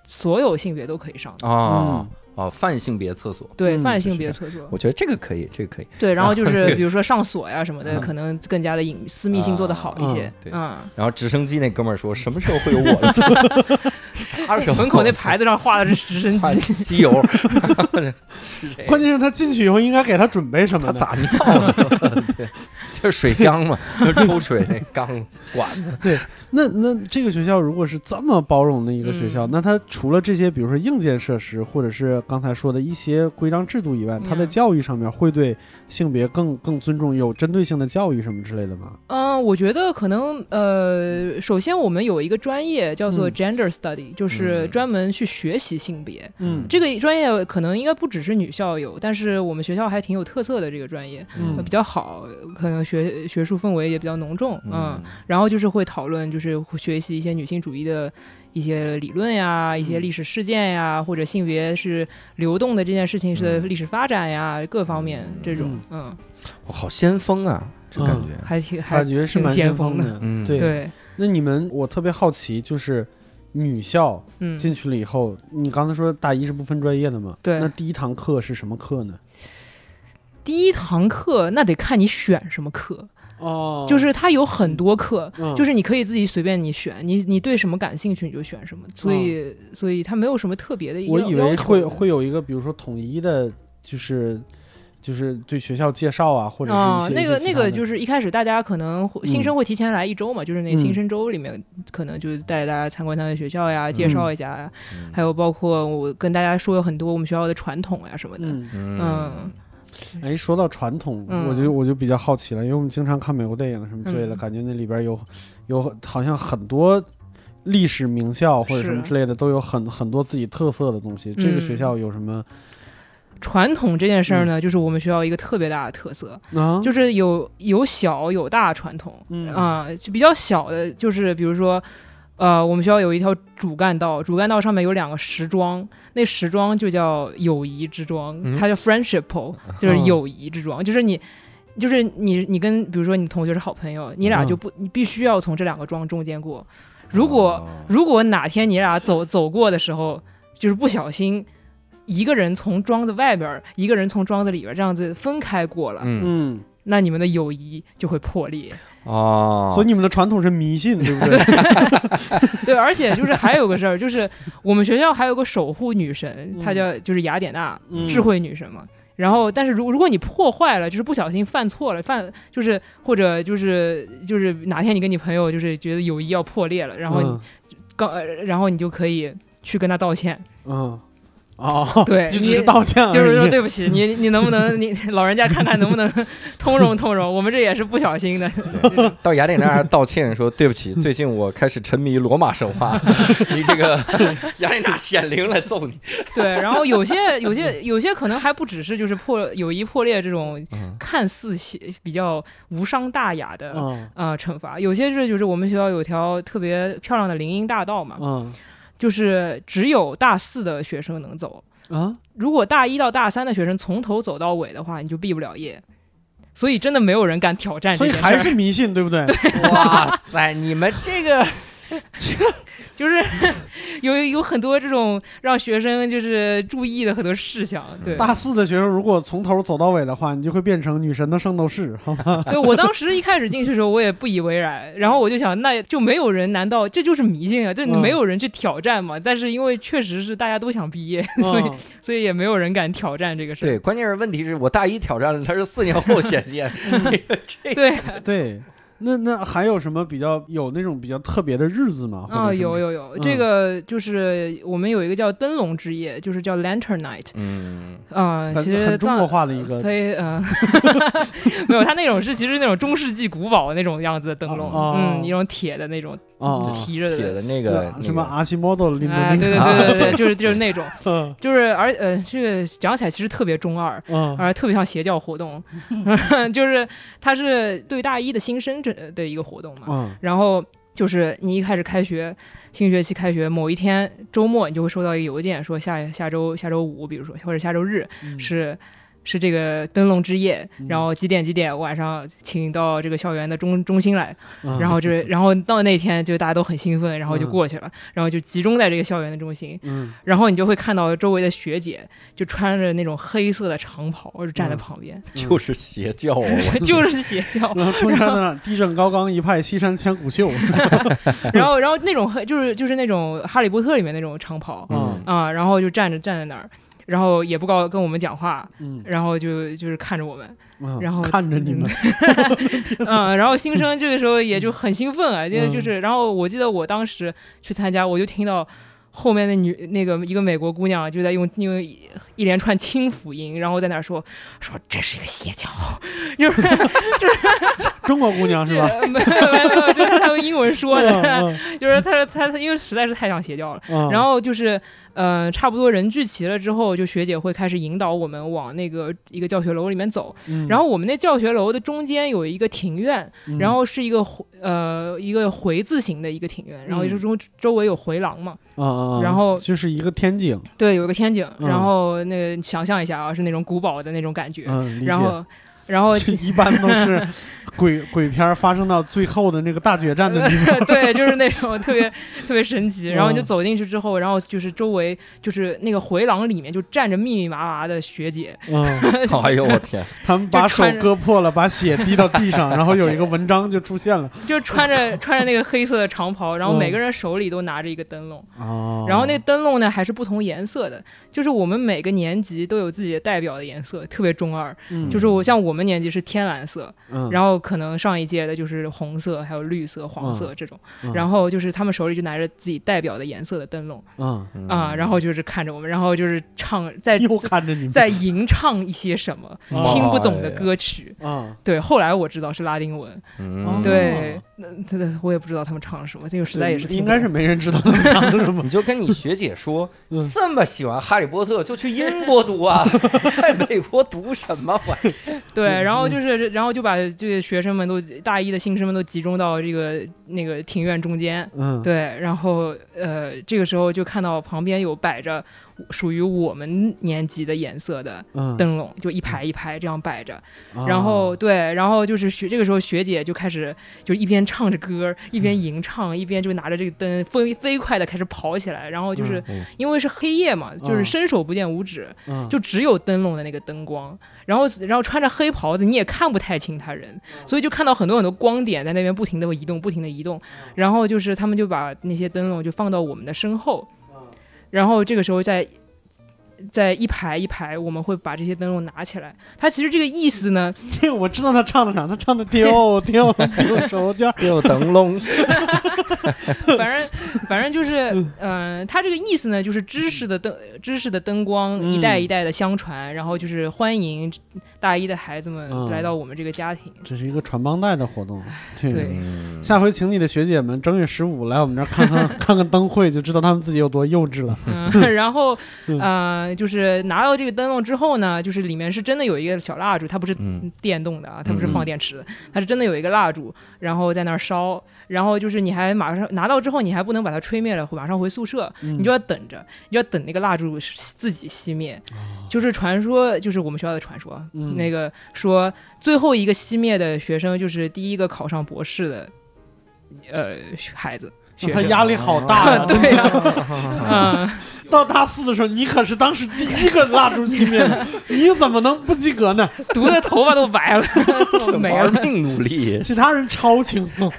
Speaker 6: 所有性别都可以上的，
Speaker 1: 哦
Speaker 6: 嗯
Speaker 1: 哦，泛性别厕所，
Speaker 6: 对，
Speaker 3: 嗯
Speaker 6: 泛
Speaker 1: 是
Speaker 6: 性别
Speaker 1: 的
Speaker 6: 厕所。
Speaker 1: 我觉得这个可以，这个可以。
Speaker 6: 对，然后就是
Speaker 1: 对
Speaker 6: 比如说上锁呀什么的，
Speaker 1: 嗯
Speaker 6: 可能更加的隐私密性做得好一些
Speaker 3: 啊。
Speaker 1: 对
Speaker 6: 嗯，
Speaker 1: 然后直升机那哥们儿说，什么时候会有我的厕所？ *laughs* 啥
Speaker 6: *laughs*
Speaker 1: 时候？
Speaker 6: 门
Speaker 1: *laughs*
Speaker 6: 口那牌子上画的是直升
Speaker 1: 换
Speaker 6: 机。
Speaker 1: 机油，是这
Speaker 3: 关
Speaker 1: 样。
Speaker 3: 键是他进去以后应该给他准备什么
Speaker 1: 他
Speaker 3: 呢？
Speaker 1: 撒尿了， *laughs* 对，就是水箱嘛，就是抽水那缸管子。
Speaker 3: 那那这个学校如果是这么包容的一个学校，
Speaker 6: 嗯
Speaker 3: 那它除了这些，比如说硬件设施，或者是刚才说的一些规章制度以外，它在
Speaker 6: 嗯
Speaker 3: 教育上面会对性别更更尊重，有针对性的教育什么之类的吗？
Speaker 6: 嗯，我觉得可能呃，首先我们有一个专业叫做
Speaker 3: 嗯
Speaker 6: gender study，、就是
Speaker 1: 嗯
Speaker 6: 专门去学习性别。
Speaker 3: 嗯
Speaker 6: 这个专业可能应该不只是女校有，但是我们学校还挺有特色的这个专业，呃
Speaker 3: 嗯
Speaker 6: 比较好，可能学学术氛围也比较浓重。嗯，然后就是会讨论，就是会学习一些女性主义的一些理论呀，一些历史事件呀，或者性别是流动的这件事情是
Speaker 1: 嗯
Speaker 6: 历史发展呀，各方面这种，嗯，
Speaker 1: 哇好先锋啊，这感觉。
Speaker 6: 还挺还
Speaker 3: 感觉是蛮
Speaker 6: 挺先
Speaker 3: 先锋
Speaker 6: 锋
Speaker 3: 的。
Speaker 1: 嗯，
Speaker 3: 对
Speaker 6: 嗯对，
Speaker 3: 那你们，我特别好奇，就是女校
Speaker 6: 嗯，
Speaker 3: 进去了以后，你刚才说大一是不分专业的嘛？
Speaker 6: 对
Speaker 3: 那第一堂课是什么课呢？
Speaker 6: 第一堂课那得看你选什么课，
Speaker 3: 哦
Speaker 6: 就是它有很多课，
Speaker 3: 嗯
Speaker 6: 就是你可以自己随便你选，你你对什么感兴趣你就选什么，所以所以它没有什么特别的要。
Speaker 3: 嗯我以为
Speaker 6: 要求
Speaker 3: 会会有一个，比如说统一的，就是就是对学校介绍啊，或者
Speaker 6: 啊
Speaker 3: 是一，些、
Speaker 6: 那个那个就是是一开始大家可能会
Speaker 3: 嗯
Speaker 6: 新生会提前来一周嘛，就是那
Speaker 3: 嗯嗯
Speaker 6: 新生周里面可能就是带大家参观他的学校呀，介绍一下呀，
Speaker 1: 嗯
Speaker 6: 还有包括我跟大家说很多我们学校的传统呀什么的，
Speaker 3: 嗯，
Speaker 6: 嗯，
Speaker 3: 哎，说到传统，
Speaker 6: 嗯
Speaker 3: 我就我就比较好奇了，因为我们经常看美国电影什么之类的，
Speaker 6: 嗯
Speaker 3: 感觉那里边有有好像很多。历史名校或者什么
Speaker 6: 是
Speaker 3: 之类的，都有很很多自己特色的东西。这个
Speaker 6: 嗯
Speaker 3: 学校有什么
Speaker 6: 传统这件事儿
Speaker 3: 嗯
Speaker 6: 呢，就是我们学校一个特别大的特色，
Speaker 3: 啊，
Speaker 6: 就是有有小有大传统
Speaker 3: 嗯
Speaker 6: 啊、就比较小的，就是比如说。呃，我们学校有一条主干道，主干道上面有两个石桩，那石桩就叫友谊之桩，
Speaker 1: 嗯哦
Speaker 6: 它叫 friendship
Speaker 1: *laughs*
Speaker 6: pole，就是友谊之桩，就是你，就是你，你跟比如说你同学是好朋友，你俩
Speaker 1: 嗯
Speaker 6: 就不，你必须要从这两个桩中间过。如果、
Speaker 1: 哦
Speaker 6: 如果哪天你俩走走过的时候，就是不小心，一个人从庄子外边儿，一个人从庄子里边儿，这样子分开过了，
Speaker 1: 嗯
Speaker 3: 嗯，
Speaker 6: 那你们的友谊就会破裂。 *laughs*
Speaker 1: 哦，
Speaker 3: 所以你们的传统是迷信，对不对？
Speaker 6: 对，而且就是还有个事儿，就是我们学校还有个守护女神，她
Speaker 3: 嗯
Speaker 6: 叫就是雅典娜， *laughs*
Speaker 3: 嗯
Speaker 6: 智慧女神嘛。然后，但是如如果你破坏了，就是不小心犯错了，犯就是或者就是就是哪天你跟你朋友就是觉得友谊要破裂了，然后你
Speaker 3: 嗯
Speaker 6: 刚、呃然后你就可以去跟他道歉，
Speaker 3: 嗯哦，*laughs*
Speaker 6: 对
Speaker 3: 就
Speaker 6: 你
Speaker 3: 只是道歉而已，
Speaker 6: 就是说对不起，你你能不能你老人家看看能不能通融通融，我们这也是不小心的。
Speaker 1: 到雅典娜那儿道歉说对不起，最近我开始沉迷罗马神话，你这个 *laughs* 雅典娜显灵来揍你。
Speaker 6: *laughs* 对，然后有些有些有些可能还不只是就是破友谊破裂这种
Speaker 1: 嗯
Speaker 6: 看似些比较无伤大雅的。
Speaker 3: 嗯
Speaker 6: 啊、惩罚有些是就是我们学校有条特别漂亮的林荫大道嘛，
Speaker 3: 嗯
Speaker 6: 就是只有大四的学生能走，
Speaker 3: 啊，
Speaker 6: 如果大一到大三的学生从头走到尾的话，你就毕不了业，所以真的没有人敢挑战这
Speaker 3: 所以
Speaker 6: 件事
Speaker 3: 还
Speaker 6: 儿，
Speaker 3: 是迷信，对不对？
Speaker 1: 哇塞，哎你们这个
Speaker 6: 就是 *laughs* 有有很多这种让学生就是注意的很多事项，对。
Speaker 3: 大四的学生如果从头走到尾的话，你就会变成女神的圣斗
Speaker 6: *laughs*
Speaker 3: 士，好吧？ *laughs*
Speaker 6: 对我当时一开始进去的时候，我也不以为然，然后我就想，那就没有人，难道这就是迷信啊？这
Speaker 3: 嗯
Speaker 6: 没有人去挑战嘛？但是因为确实是大家都想毕业，所以
Speaker 3: 嗯
Speaker 6: 所以也没有人敢挑战这个事儿。
Speaker 1: 对，关键是问题是我大一挑战了，他是四年后显现，这
Speaker 6: 对，
Speaker 3: *laughs* 对，那那还有什么比较有那种比较特别的日子吗？
Speaker 6: 啊、
Speaker 3: 或者是
Speaker 6: 有有有，
Speaker 3: 嗯
Speaker 6: 这个就是我们有一个叫灯笼之夜，就是叫 Lantern Night，
Speaker 1: 嗯，
Speaker 6: 啊、
Speaker 3: 很
Speaker 6: 其实
Speaker 3: 很中
Speaker 6: 藏
Speaker 3: 国化的一个
Speaker 6: 所以，
Speaker 3: *laughs*
Speaker 6: 嗯、没有，它那种是其实那种中世纪古堡那种样子的灯笼，
Speaker 3: 哦
Speaker 6: 嗯，一种铁的那种
Speaker 3: 啊，
Speaker 6: 提着
Speaker 1: 铁
Speaker 6: 的，
Speaker 1: 的那
Speaker 3: 对啊
Speaker 1: 个
Speaker 3: 什么
Speaker 6: 啊
Speaker 3: 阿西莫多林
Speaker 6: 哎，
Speaker 3: 的
Speaker 6: 对对
Speaker 3: *laughs*
Speaker 6: 对对对，就是就是那种，
Speaker 3: 嗯
Speaker 6: 就是而呃，这个讲起来其实特别中二，
Speaker 3: 嗯
Speaker 6: 而特别像邪教
Speaker 3: *laughs*
Speaker 6: 活动，就是它是对大一的新生这的一个活动嘛，
Speaker 3: 嗯
Speaker 6: 然后。就是你一开始开学，新学期开学某一天周末，你就会收到一个邮件，说下下周下周五，比如说或者下周日，
Speaker 3: 嗯
Speaker 6: 是是这个灯笼之夜
Speaker 3: 嗯，
Speaker 6: 然后几点几点晚上，请到这个校园的中中心来，
Speaker 3: 嗯 *laughs*
Speaker 6: 然后这然后到那天就大家都很兴奋，然后就过去了，然后就集中在这个校园的中心，
Speaker 3: 嗯
Speaker 6: 然后你就会看到周围的学姐就穿着那种黑色的长袍，就站在
Speaker 3: 嗯
Speaker 6: 旁
Speaker 3: *laughs*
Speaker 6: 边，
Speaker 1: *laughs* 就是邪教啊，我 *laughs*
Speaker 6: 就是邪教，
Speaker 3: 然后中间的地震高冈一派，西山千古秀，
Speaker 6: 哦然后然后那种黑就是就是那种哈利波特里面那种长袍
Speaker 3: 嗯
Speaker 6: 啊、然后就站着站在那儿。然后也不高跟我们讲话，
Speaker 3: 嗯，
Speaker 6: 然后就就是看着我们，
Speaker 3: 嗯
Speaker 6: 然后
Speaker 3: *laughs* 看着你们，
Speaker 6: 嗯，然后新生这个时候也就很兴奋啊，就
Speaker 3: 嗯
Speaker 6: 就是，然后我记得我当时去参加，我就听到后面的女那个一个美国姑娘就在用用一一连串轻辅音，然后在那儿说说这是一个邪教， *laughs* 就是
Speaker 3: 中国姑娘是
Speaker 6: *laughs*
Speaker 3: 吧？
Speaker 6: 没有没有没有，就是他用英文说的，
Speaker 3: 嗯
Speaker 6: *laughs* 就是他他他因为实在是太像邪教了。
Speaker 3: 嗯
Speaker 6: 然后就是，呃，差不多人聚齐了之后，就学姐会开始引导我们往那个一个教学楼里面走。
Speaker 3: 嗯
Speaker 6: 然后我们那教学楼的中间有一个庭院，
Speaker 3: 嗯
Speaker 6: 然后是一个回呃一个回字形的一个庭院，然后
Speaker 3: 嗯
Speaker 6: 就周周围有回廊嘛，
Speaker 3: 嗯嗯
Speaker 6: 然后
Speaker 3: 就是一个天井，
Speaker 6: 对，有一个天井，
Speaker 3: 嗯
Speaker 6: 然后那个想象一下啊，是那种古堡的那种感觉，
Speaker 3: 嗯，理
Speaker 6: 然
Speaker 3: 解
Speaker 6: 后然后
Speaker 3: 这一般都是
Speaker 6: *laughs*
Speaker 3: 鬼鬼片儿发生到最后的那个大决战的地方。
Speaker 6: *laughs* 对，就是那种特别特别神奇，然后你就
Speaker 3: 嗯
Speaker 6: 走进去之后，然后就是周围就是那个回廊里面就站着密密麻麻的学姐，
Speaker 3: 嗯，
Speaker 1: 操！哎呦我天，
Speaker 3: 他们把手割破了，把血滴到地上，然后有一个文章就出现了。
Speaker 6: 就穿着穿着那个黑色的长袍，然后
Speaker 3: 嗯
Speaker 6: 每个人手里都拿着一个灯笼。
Speaker 3: 哦
Speaker 6: 然后那灯笼呢还是不同颜色的，就是我们每个年级都有自己的代表的颜色，特别中二。
Speaker 3: 嗯
Speaker 6: 就是我像我们年级是天蓝色，
Speaker 3: 嗯
Speaker 6: 然后后可能上一届的就是红色，还有绿色、黄色这种，
Speaker 3: 嗯
Speaker 6: 然后就是他们手里就拿着自己代表的颜色的灯笼
Speaker 3: 嗯，
Speaker 6: 啊、然后就是看着我们，然后就是唱在
Speaker 3: *laughs* 又看着你们
Speaker 6: 在吟唱一些什么
Speaker 3: *laughs* 哦
Speaker 6: 听不懂的歌曲。
Speaker 3: 啊，
Speaker 6: 对，后来我知道是拉丁文，
Speaker 1: 嗯，
Speaker 6: 对，那那我也不知道他们唱了什么，那个时代也是
Speaker 3: 嗯
Speaker 6: 听
Speaker 3: 应
Speaker 6: 不懂
Speaker 3: 该是没人知道
Speaker 6: *laughs*
Speaker 3: 他们唱的什么。
Speaker 1: 你就跟你学姐说，
Speaker 3: 嗯
Speaker 1: 这么喜欢哈利波特，就去英国读
Speaker 6: *laughs*
Speaker 1: 啊，在美国读什么玩意儿？
Speaker 3: 嗯
Speaker 6: 对，然后就是，然后就把这个学生们都大一的新生们都集中到这个那个庭院中间。
Speaker 3: 嗯，
Speaker 6: 对，然后呃，这个时候就看到旁边有摆着属于我们年级的颜色的
Speaker 3: 嗯，
Speaker 6: 灯笼，就一排一排这样摆着。
Speaker 3: 啊
Speaker 6: 然后对，然后就是学这个时候学姐就开始就一边唱着歌，
Speaker 3: 嗯
Speaker 6: 一边吟唱，一边就拿着这个灯飞飞快的开始跑起来。然后就是
Speaker 1: 嗯嗯
Speaker 6: 因为是黑夜嘛，就是
Speaker 3: 嗯
Speaker 6: 伸手不见五指，
Speaker 3: 嗯
Speaker 6: 就只有灯笼的那个灯光，然后然后穿着黑袍子，你也看不太清他人，
Speaker 3: 嗯
Speaker 6: 所以就看到很多很多光点在那边不停的移动，不停的移动，
Speaker 3: 嗯
Speaker 6: 然后就是他们就把那些灯笼就放到我们的身后，
Speaker 3: 嗯
Speaker 6: 然后这个时候再在一排一排，我们会把这些灯笼拿起来。它其实这个意思呢，
Speaker 3: 这个我知道他唱的啥，他唱的丢丢丢手绢儿，
Speaker 1: 又灯笼，
Speaker 6: 反正反正就是，嗯、它这个意思呢，就是知识的灯，知识的灯光
Speaker 3: 嗯
Speaker 6: 一代一代的相传，然后就是欢迎大一的孩子
Speaker 3: 嗯
Speaker 6: 们来到我们这个家庭。
Speaker 3: *laughs* 这是一个传帮带的活动。对
Speaker 6: 对
Speaker 1: *laughs* 嗯
Speaker 3: 下回请你的学姐们正月十五来我们这儿看看看看灯会，就知道他们自己有多幼稚了。
Speaker 6: 嗯，然后
Speaker 3: 嗯
Speaker 6: 呃，就是拿到这个灯笼之后呢，就是里面是真的有一个小蜡烛，它不是
Speaker 1: 嗯
Speaker 6: 电动的啊，它不是
Speaker 1: 嗯
Speaker 6: 放电池的，它是真的有一个蜡烛，然后在那儿烧，然后就是你还马上拿到之后，你还不能把它吹灭了，马上回宿舍，
Speaker 3: 你
Speaker 6: 你就要等着，你就要等那个蜡烛自己熄灭。就是传说，就是我们学校的传说，
Speaker 3: 哦嗯
Speaker 6: 那个说最后一个熄灭的学生就是第一个考上博士的，呃，
Speaker 3: *laughs*
Speaker 6: 孩子。学
Speaker 3: 他
Speaker 6: 生
Speaker 3: 压力好大 *laughs* 呀。
Speaker 6: *laughs* 对呀、嗯，
Speaker 3: 到大四的时候，你可是当时第一个蜡烛熄灭的，你怎么能不及格呢？
Speaker 6: 毒的头发都
Speaker 3: *laughs*
Speaker 6: 白了，都没了
Speaker 1: 玩，命努力，
Speaker 3: 其他人超轻松，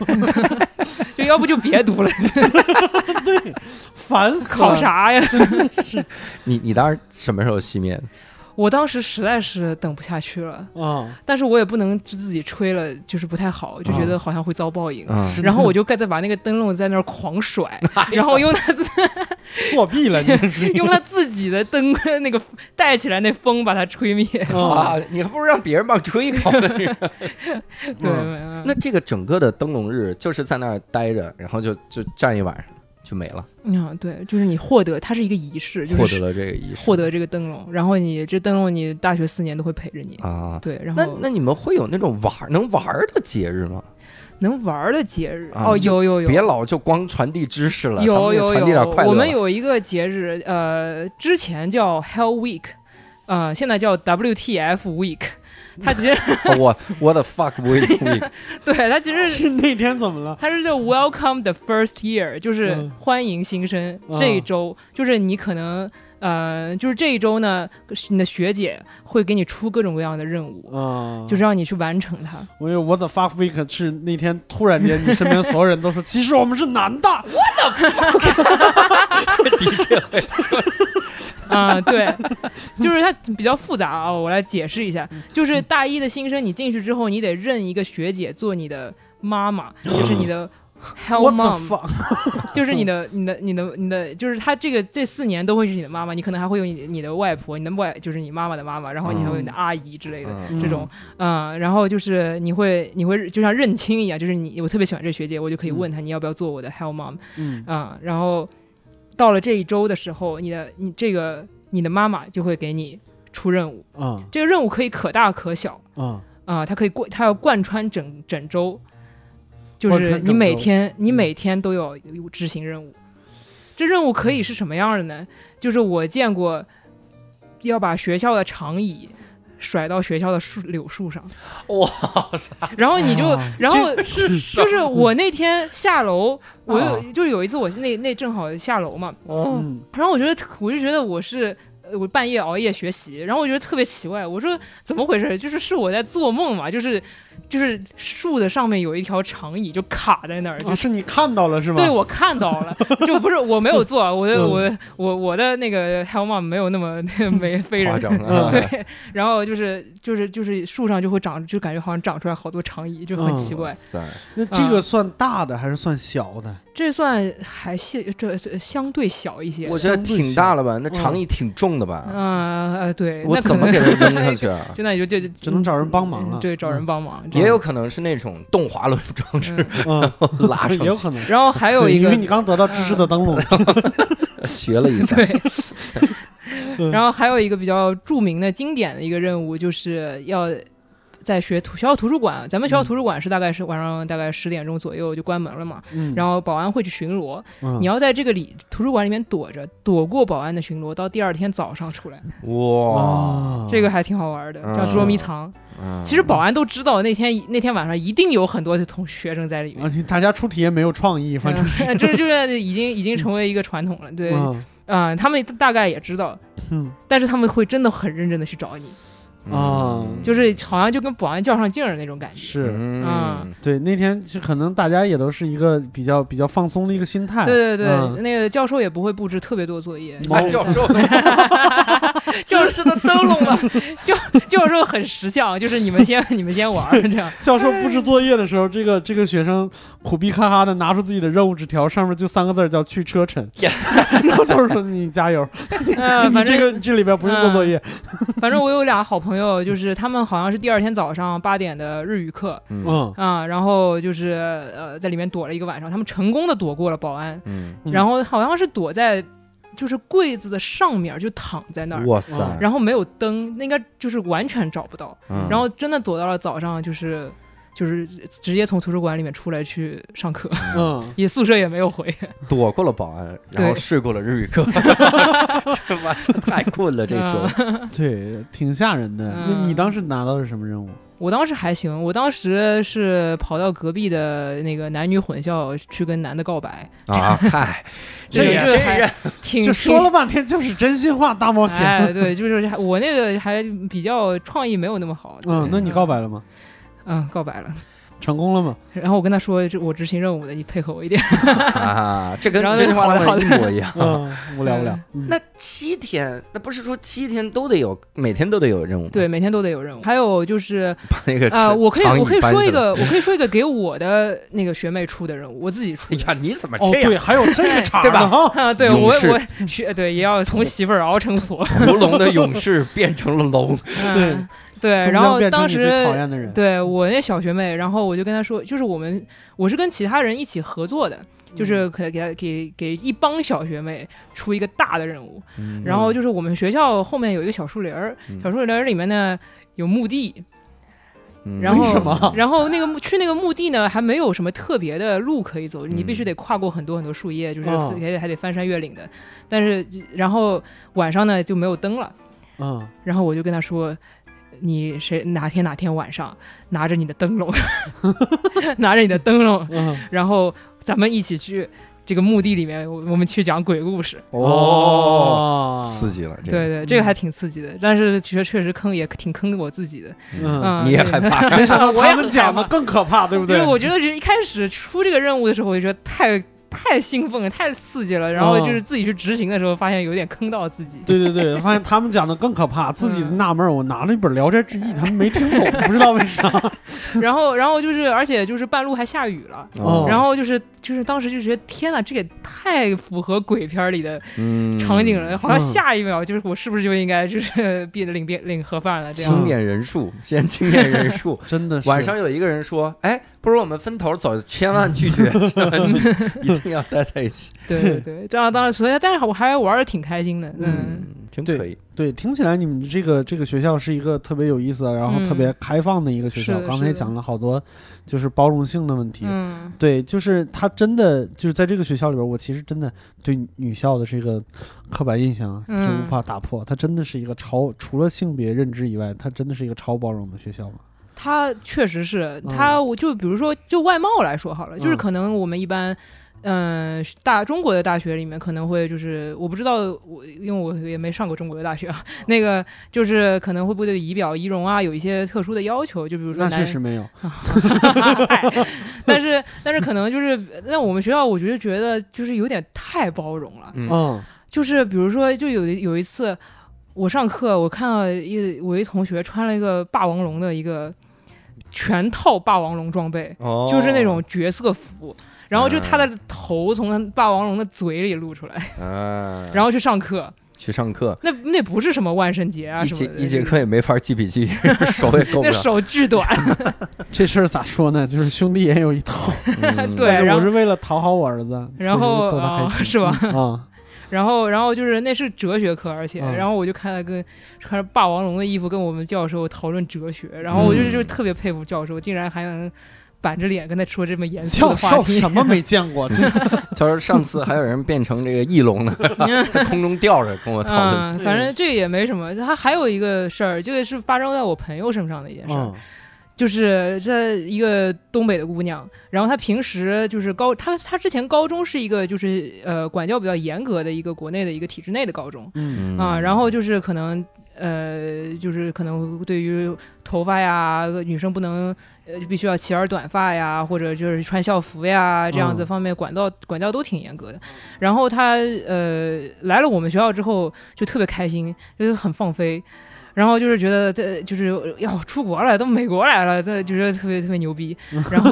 Speaker 6: 就要不就别毒了，
Speaker 3: *laughs* 对，烦死了。
Speaker 6: 考？啥呀？
Speaker 1: *laughs*
Speaker 6: *laughs*
Speaker 1: 你你当时什么时候熄灭的？
Speaker 6: 我当时实在是等不下去了，
Speaker 3: 啊，
Speaker 6: 但是我也不能自自己吹了，就是不太好，就觉得好像会遭报应。
Speaker 3: 啊
Speaker 1: 嗯
Speaker 6: 然后我就盖再把那个灯笼在那儿
Speaker 3: *laughs*
Speaker 6: 狂甩，
Speaker 3: 哎
Speaker 6: 然后用他自
Speaker 3: 作弊
Speaker 6: *laughs*
Speaker 3: 了，你这是 *laughs*
Speaker 6: 用他自己的灯那个带起来那风把它吹灭。
Speaker 3: 啊，
Speaker 1: 啊，你还不如让别人帮吹烤呢。
Speaker 6: 对，嗯
Speaker 1: *laughs* 那这个整个的灯笼日就是在那儿待着，然后就就站一晚上就没了，
Speaker 6: 嗯，对，就是你获得它是一个仪式，就
Speaker 1: 获
Speaker 6: 是
Speaker 1: 得了这个仪式，
Speaker 6: 获得这个灯笼，然后你这灯笼你大学四年都会陪着你。
Speaker 1: 啊。
Speaker 6: 对，然
Speaker 1: 那
Speaker 6: 后
Speaker 1: 那你们会有那种玩儿能玩儿的节日吗？
Speaker 6: 能玩儿的节日
Speaker 1: 啊
Speaker 6: 哦，
Speaker 1: 就
Speaker 6: 有有有，
Speaker 1: 别老就光传递知识了，咱
Speaker 6: 有
Speaker 1: 们也
Speaker 6: 有
Speaker 1: 传递点
Speaker 6: 有
Speaker 1: 快，乐吧。
Speaker 6: 我们有一个节日，呃，之前叫 Hell Week，呃，现在叫 WTF Week。它其实，
Speaker 1: *laughs*
Speaker 6: *laughs*
Speaker 1: 我我的 fuck week week，
Speaker 6: 对它其实
Speaker 3: 是那天怎么了？
Speaker 6: 它是叫 Welcome the First Year，就是
Speaker 3: 嗯
Speaker 6: 欢迎新生。
Speaker 3: 啊
Speaker 6: 这一周就是你可能，呃，就是这一周呢，你的学姐会给你出各种各样的任务，
Speaker 3: 啊，
Speaker 6: 就是让你去完成
Speaker 3: *laughs*
Speaker 6: 它。
Speaker 3: 我有 What the fuck week 是那天突然间，你身边所有人都说，其实我们是男的，
Speaker 6: 啊、对，就是它比较复杂啊、我来解释一
Speaker 3: 嗯
Speaker 6: 下，就是大一的新生，你进去之后，你得认一个学姐做你的妈妈，就是你的 hell
Speaker 3: 啊嗯 What the
Speaker 6: mom，
Speaker 3: fuck？
Speaker 6: 就是你的、你的、你的、你的，就是她这个这四年都会是你的妈妈，你可能还会有你你的外婆，你的外就是你妈妈的妈妈，然后你还会有你的阿姨之类的。
Speaker 1: 嗯
Speaker 6: 这种，嗯、然后就是你会，你会就像认亲一样，就是你，我特别喜欢这学姐，我就可以问她，你要不要做我的 hell mom？
Speaker 3: 嗯
Speaker 6: 啊、然后到了这一周的时候，你的你这个你的妈妈就会给你出任务，
Speaker 3: 啊
Speaker 6: 这个任务可以可大可小
Speaker 3: 啊
Speaker 6: 啊、它可以贯它要贯穿整整周，就
Speaker 3: 贯穿
Speaker 6: 是
Speaker 3: 整
Speaker 6: 你每
Speaker 3: 周嗯
Speaker 6: 天你每天都要有执行任务。这任务可以是什么样的呢？就是我见过要把学校的长椅。甩到学校的树柳树上，
Speaker 1: 哇
Speaker 6: 塞！然后你就，
Speaker 3: 啊
Speaker 6: 然后
Speaker 3: 是
Speaker 6: 就是我那天下楼，我
Speaker 1: 啊
Speaker 6: 有就是有一次我那那正好下楼嘛，
Speaker 1: 嗯
Speaker 3: 嗯
Speaker 6: 然后我觉得特我就觉得我是。呃我半夜熬夜学习，然后我觉得特别奇怪，我说怎么回事？就是是我在做梦嘛？就是就是树的上面有一条长椅就卡在那儿，就
Speaker 3: 啊，是你看到了是吗？
Speaker 6: 对，我看到了，就不是我没有做，我的
Speaker 3: 嗯
Speaker 6: 我我我的那个 h e l m 没有那么 *laughs* 没非
Speaker 1: 夸
Speaker 6: 人。
Speaker 1: 张啊了。
Speaker 6: 嗯 *laughs* 对，然后就是就是就是树上就会长，就感觉好像长出来好多长椅，就很奇怪。
Speaker 1: 哇塞，
Speaker 3: 那这个算大的还是算小的？
Speaker 6: 这算还是这这相对小一些。
Speaker 1: 我觉得挺大了吧？那长椅挺重的吧？
Speaker 6: 嗯呃对，
Speaker 1: 我
Speaker 6: 那可
Speaker 1: 怎么
Speaker 6: 能
Speaker 1: 给它
Speaker 6: *laughs*
Speaker 1: 扔上去啊？
Speaker 6: 真的也就就
Speaker 3: 只能找人帮忙了
Speaker 6: 嗯对，找人帮忙。
Speaker 1: 也有可能是那种动滑轮 *laughs* 装置
Speaker 6: 嗯
Speaker 3: 嗯，
Speaker 1: 拉上
Speaker 3: 也有
Speaker 1: 去，
Speaker 3: 可能。
Speaker 6: 然后还有
Speaker 3: 对
Speaker 6: 一
Speaker 3: 因
Speaker 6: 个嗯
Speaker 3: 为你刚得到知识的灯笼，
Speaker 1: 学了一下。
Speaker 6: 对。然后还有一个比较著名的、经典的一个任务，就是要在学图学校图书馆，咱们学校图书馆是大概是晚上大概十点钟左右就关门了嘛，
Speaker 3: 嗯，
Speaker 6: 然后保安会去巡逻，
Speaker 3: 嗯
Speaker 6: 你要在这个里图书馆里面躲着，躲过保安的巡逻，到第二天早上出来，
Speaker 3: 嗯
Speaker 1: 哇，
Speaker 3: 哦
Speaker 6: 这个还挺好玩的，叫捉迷藏。
Speaker 1: 嗯
Speaker 6: 其实保安都知道那天那天晚上一定有很多的同学生在里面
Speaker 3: 啊，。你大家出题也没有创意，反正是。
Speaker 6: 嗯 *laughs* 这就是已经已经成为一个传统了，对，
Speaker 3: 嗯
Speaker 6: 嗯，他们大概也知道，
Speaker 3: 嗯
Speaker 6: 但是他们会真的很认真的去找你，
Speaker 3: 啊
Speaker 1: 嗯
Speaker 6: 就是好像就跟保安较上劲儿的那种感觉。
Speaker 3: 是
Speaker 6: 嗯，
Speaker 3: 对，那天就可能大家也都是一个比较比较放松的一个心态，
Speaker 6: 对对对，
Speaker 3: 嗯
Speaker 6: 那个教授也不会布置特别多作业，
Speaker 3: 猫
Speaker 1: 啊，教授，
Speaker 3: *laughs*
Speaker 6: 教室的灯笼 *laughs* 了，教教授很识相，就是你们先 *laughs* 你们先玩儿这样。
Speaker 3: 教授布置作业的时候，这个这个学生苦逼哈哈的拿出自己的任务纸条，上面就三个字儿叫“去车臣”， *laughs* 然后教授说：“你加油，
Speaker 6: 呃，
Speaker 3: 你
Speaker 6: *laughs* 反正、
Speaker 3: 这个你这里边不用做作业。
Speaker 6: 反正我有俩好朋友，就是他们好像是第二天早上八点的日语课”
Speaker 1: 嗯
Speaker 3: 嗯，
Speaker 6: 啊、然后就是呃在里面躲了一个晚上，他们成功的躲过了保安，
Speaker 1: 嗯，
Speaker 3: 嗯
Speaker 6: 然后好像是躲在就是柜子的上面就躺在那儿，
Speaker 1: 哇塞，
Speaker 3: 嗯
Speaker 6: 然后没有灯，那应该就是完全找不到。
Speaker 1: 嗯
Speaker 6: 然后真的躲到了早上，就是就是直接从图书馆里面出来去上课， *laughs*
Speaker 3: 嗯，
Speaker 6: 也宿舍也没有回。
Speaker 1: 躲过了保安，然后
Speaker 6: 对
Speaker 1: 睡过了日语
Speaker 6: *laughs*
Speaker 1: 课， *laughs* 这完全 *laughs* 太困了，这熊。
Speaker 3: 嗯对，挺吓人的。
Speaker 6: 嗯
Speaker 3: 那你当时拿到的是什么任务？
Speaker 6: 我当时还行，我当时是跑到隔壁的那个男女混校去跟男的告白，
Speaker 1: 啊，嗨，
Speaker 6: 这
Speaker 3: 这
Speaker 6: 个
Speaker 3: 也
Speaker 6: 这还挺
Speaker 3: 就说。
Speaker 6: 挺
Speaker 3: 了半天就是真心话大冒险。
Speaker 6: 哎，对，就是还我那个还比较创意没有那么好。对
Speaker 3: 嗯，那你告白了吗？
Speaker 6: 嗯告白了，
Speaker 3: 成功了吗？
Speaker 6: 然后我跟他说，这我执行任务的，你配合我一点。
Speaker 1: 啊，这跟
Speaker 6: 然后
Speaker 1: 真
Speaker 6: 那
Speaker 1: 心
Speaker 6: 个
Speaker 1: 话
Speaker 6: 好
Speaker 1: 大冒
Speaker 6: 的
Speaker 1: 险一模一样。
Speaker 3: 嗯，无聊无聊。
Speaker 6: 哎
Speaker 3: 嗯
Speaker 1: 那七天，那不是说七天都得有，每天都得有任务吗？
Speaker 6: 对，每天都得有任务。还有就是
Speaker 1: 把那
Speaker 6: *laughs*
Speaker 1: 个
Speaker 6: 啊、
Speaker 1: 长
Speaker 6: 我可以
Speaker 1: 长椅
Speaker 6: 我可以
Speaker 1: 搬
Speaker 6: 说一
Speaker 1: 下来。
Speaker 6: 个，我可以说一个给我的那个学妹出的任务，我自己出
Speaker 3: *laughs*
Speaker 1: 哎
Speaker 6: 的。
Speaker 1: 呀，你怎么
Speaker 3: 哦，
Speaker 1: 这样？
Speaker 3: 对，还有这个茬儿呢哈。
Speaker 6: 啊，对
Speaker 1: 勇
Speaker 6: 我
Speaker 1: 士
Speaker 6: 我学对也
Speaker 3: *laughs*
Speaker 6: 要从媳妇儿熬成婆，
Speaker 1: 屠龙的勇士变成了龙，
Speaker 6: 嗯、
Speaker 3: 终
Speaker 6: 对，然
Speaker 3: 将
Speaker 6: 后
Speaker 3: 变成
Speaker 6: 当
Speaker 3: 你最讨
Speaker 6: 时
Speaker 3: 厌的人，
Speaker 6: 对我那小学妹，然后我就跟她说，就是我们我是跟其他人一起合作的，
Speaker 3: 嗯
Speaker 6: 就是可给她给给一帮小学妹出一个大的任务， *laughs*
Speaker 3: 嗯
Speaker 6: 然后就是我们学校后面有一个小树林儿，
Speaker 1: 嗯
Speaker 6: 小树林儿里面呢有墓地，
Speaker 1: 嗯
Speaker 6: 然后为什
Speaker 3: 么
Speaker 6: 然后那个墓去那个墓地呢，还没有什么特别的路可以走，你必须得跨过很多很多树叶，就是
Speaker 3: 嗯哦
Speaker 6: 还得还得翻山越岭的。但是然后晚上呢就没有灯了，
Speaker 3: 嗯，
Speaker 6: 然后我就跟他说。你谁哪天哪天晚上拿着你的灯笼， *laughs* 拿着你的灯笼，
Speaker 3: 嗯
Speaker 6: 然后咱们一起去这个墓地里面，我我们去讲鬼故事。
Speaker 1: *laughs* 哦，刺激了，这
Speaker 6: 对
Speaker 1: 个，
Speaker 6: 对，这
Speaker 3: 嗯
Speaker 6: 个还挺刺激的，但是确确实坑也挺坑我自己的。
Speaker 3: 嗯，
Speaker 6: 嗯，
Speaker 1: 你也
Speaker 6: 对
Speaker 1: 害怕，
Speaker 3: 没想到
Speaker 6: *laughs* 我也
Speaker 3: 他
Speaker 6: 很
Speaker 3: 们讲的
Speaker 6: 害怕
Speaker 3: 更可怕，对不
Speaker 6: 就
Speaker 3: 对
Speaker 6: 是？我觉得是一开始出这个任务的时候，我就觉得太太兴奋了，太刺激了。然后就是自己去执行的时候，发现有点坑到自己。
Speaker 3: 嗯对对对，发现他们讲的更可怕，自己纳闷儿，我拿了一本《聊斋志异》，他们没听懂，不知道为啥。
Speaker 6: 然后，然后就是，而且就是半路还下雨了。
Speaker 3: *laughs* 哦
Speaker 6: 然后就是就是当时就觉得天呐，这也太符合鬼片儿里的
Speaker 1: 嗯
Speaker 6: 场景了，好像
Speaker 3: 嗯。
Speaker 6: 下一秒就是我是不是就应该就是 *laughs* 别领别领盒饭了这样。
Speaker 1: 清点人数，先清点人数
Speaker 3: 真 *laughs* 的是
Speaker 1: 晚上有一个人说：“哎，不如我们分头走，千万
Speaker 3: *laughs*
Speaker 1: 拒绝，千万拒绝，一定要待在一起。
Speaker 6: 对对对，这样当时所以但是我还玩的挺开心的，”嗯，
Speaker 1: 真
Speaker 3: 对
Speaker 1: 可以。
Speaker 3: 对，听起来你们这个这个学校是一个特别有意思，然后
Speaker 6: 嗯
Speaker 3: 特别开放的一个学校。
Speaker 6: 是的
Speaker 3: 刚
Speaker 6: 是
Speaker 3: 才也
Speaker 6: 的
Speaker 3: 讲了好多，就是包容性的问题。
Speaker 6: 嗯
Speaker 3: 对，就是他真的就是在这个学校里边，我其实真的对女校的这个刻板印象啊是
Speaker 6: 嗯
Speaker 3: 无法打破。它真的是一个超除了性别认知以外，它真的是一个超包容的学校嘛。
Speaker 6: 他确实是
Speaker 3: 嗯
Speaker 6: 他，我就比如说就外貌来说好了，就是
Speaker 3: 嗯
Speaker 6: 可能我们一般嗯、大中国的大学里面可能会就是我不知道我因为我也没上过中国的大学啊， *laughs* 那个就是可能会不会对仪表仪容啊有一些特殊的要求，就比如说
Speaker 3: 那
Speaker 6: 男
Speaker 3: 确
Speaker 6: *laughs*
Speaker 3: 实没有。
Speaker 6: 嗨但是但是可能就是那我们学校，我觉得觉得就是有点太包容了，
Speaker 1: 嗯
Speaker 3: 嗯
Speaker 6: 就是比如说就有一有一次我上课，我看到一我一同学穿了一个霸王龙的一个全套霸王龙装备，
Speaker 1: 哦嗯
Speaker 6: 就是那种角色服。然后就他的头从他霸王龙的嘴里露出来，
Speaker 1: 啊，
Speaker 6: *laughs* 然后去上课，
Speaker 1: 去上课，
Speaker 6: 那那不是什么万圣节啊
Speaker 1: 一
Speaker 6: 什
Speaker 1: 节
Speaker 6: 么的，
Speaker 1: 一节课也没法记笔
Speaker 6: *laughs*
Speaker 1: 记，手也够不
Speaker 6: 那
Speaker 1: 了。
Speaker 6: 手
Speaker 1: *laughs*
Speaker 6: 巨短，
Speaker 3: 这事儿咋说呢？就是兄弟也有一套，
Speaker 1: 嗯
Speaker 6: *laughs* 对
Speaker 3: 但是
Speaker 6: 然后
Speaker 3: 我是为了讨好我儿子，
Speaker 6: 然后
Speaker 3: 这就逗他
Speaker 6: 哦
Speaker 3: 开心
Speaker 6: 是吧？ *laughs*
Speaker 3: 啊，
Speaker 6: 然后，然后就是那是哲学课，而且，
Speaker 3: 嗯
Speaker 6: 然后我就看了跟穿着霸王龙的衣服跟我们教授讨论哲学，然后我就
Speaker 1: 嗯
Speaker 6: 就特别佩服教授，竟然还能板着脸跟他说这么严肃
Speaker 3: 教
Speaker 6: 的话
Speaker 3: 授
Speaker 6: 题。嗯
Speaker 3: 什么没见过？真的
Speaker 1: 就是上次还有人变成这个翼龙
Speaker 6: *laughs*
Speaker 1: 呢，在空中吊着跟我讨论。
Speaker 6: 嗯，反正这也没什么。他还有一个事儿，这个是发生在我朋友身上的一件事儿，
Speaker 3: 嗯
Speaker 6: 就是这一个东北的姑娘，然后她平时就是高，她她之前高中是一个就是呃管教比较严格的一个国内的一个体制内的高中，
Speaker 3: 嗯
Speaker 1: 嗯
Speaker 6: 啊，然后就是可能呃，就是可能对于头发呀，女生不能呃必须要齐耳短发呀，或者就是穿校服呀这样子
Speaker 3: 嗯
Speaker 6: 方面管道、管教都挺严格的。然后她呃来了我们学校之后就特别开心，就是很放飞。然后就是觉得这就是要出国了，到美国来了，这就是特别特别牛逼。然后，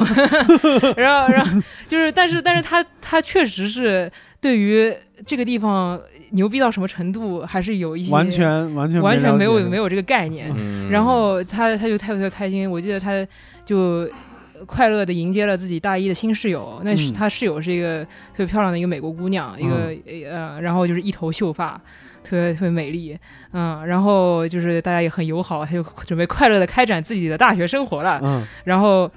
Speaker 6: 然后，然后就是，但是，但是他他确实是对于这个地方牛逼到什么程度，还是有一些
Speaker 3: 完全完全
Speaker 6: 嗯完全没有没
Speaker 3: 有，
Speaker 6: 有这个概念。
Speaker 1: 嗯，
Speaker 6: 然后他他就特别特别开心，我记得他就呃快乐的迎接了自己大一的新室友。那是
Speaker 3: 嗯
Speaker 6: 他室友是一个特别漂亮的一个美国姑娘，一个
Speaker 3: 嗯
Speaker 6: 呃，然后就是一头秀发，特别特别美丽，嗯，然后就是大家也很友好，他就准备快乐的开展自己的大学生活了。
Speaker 3: 嗯
Speaker 6: 然后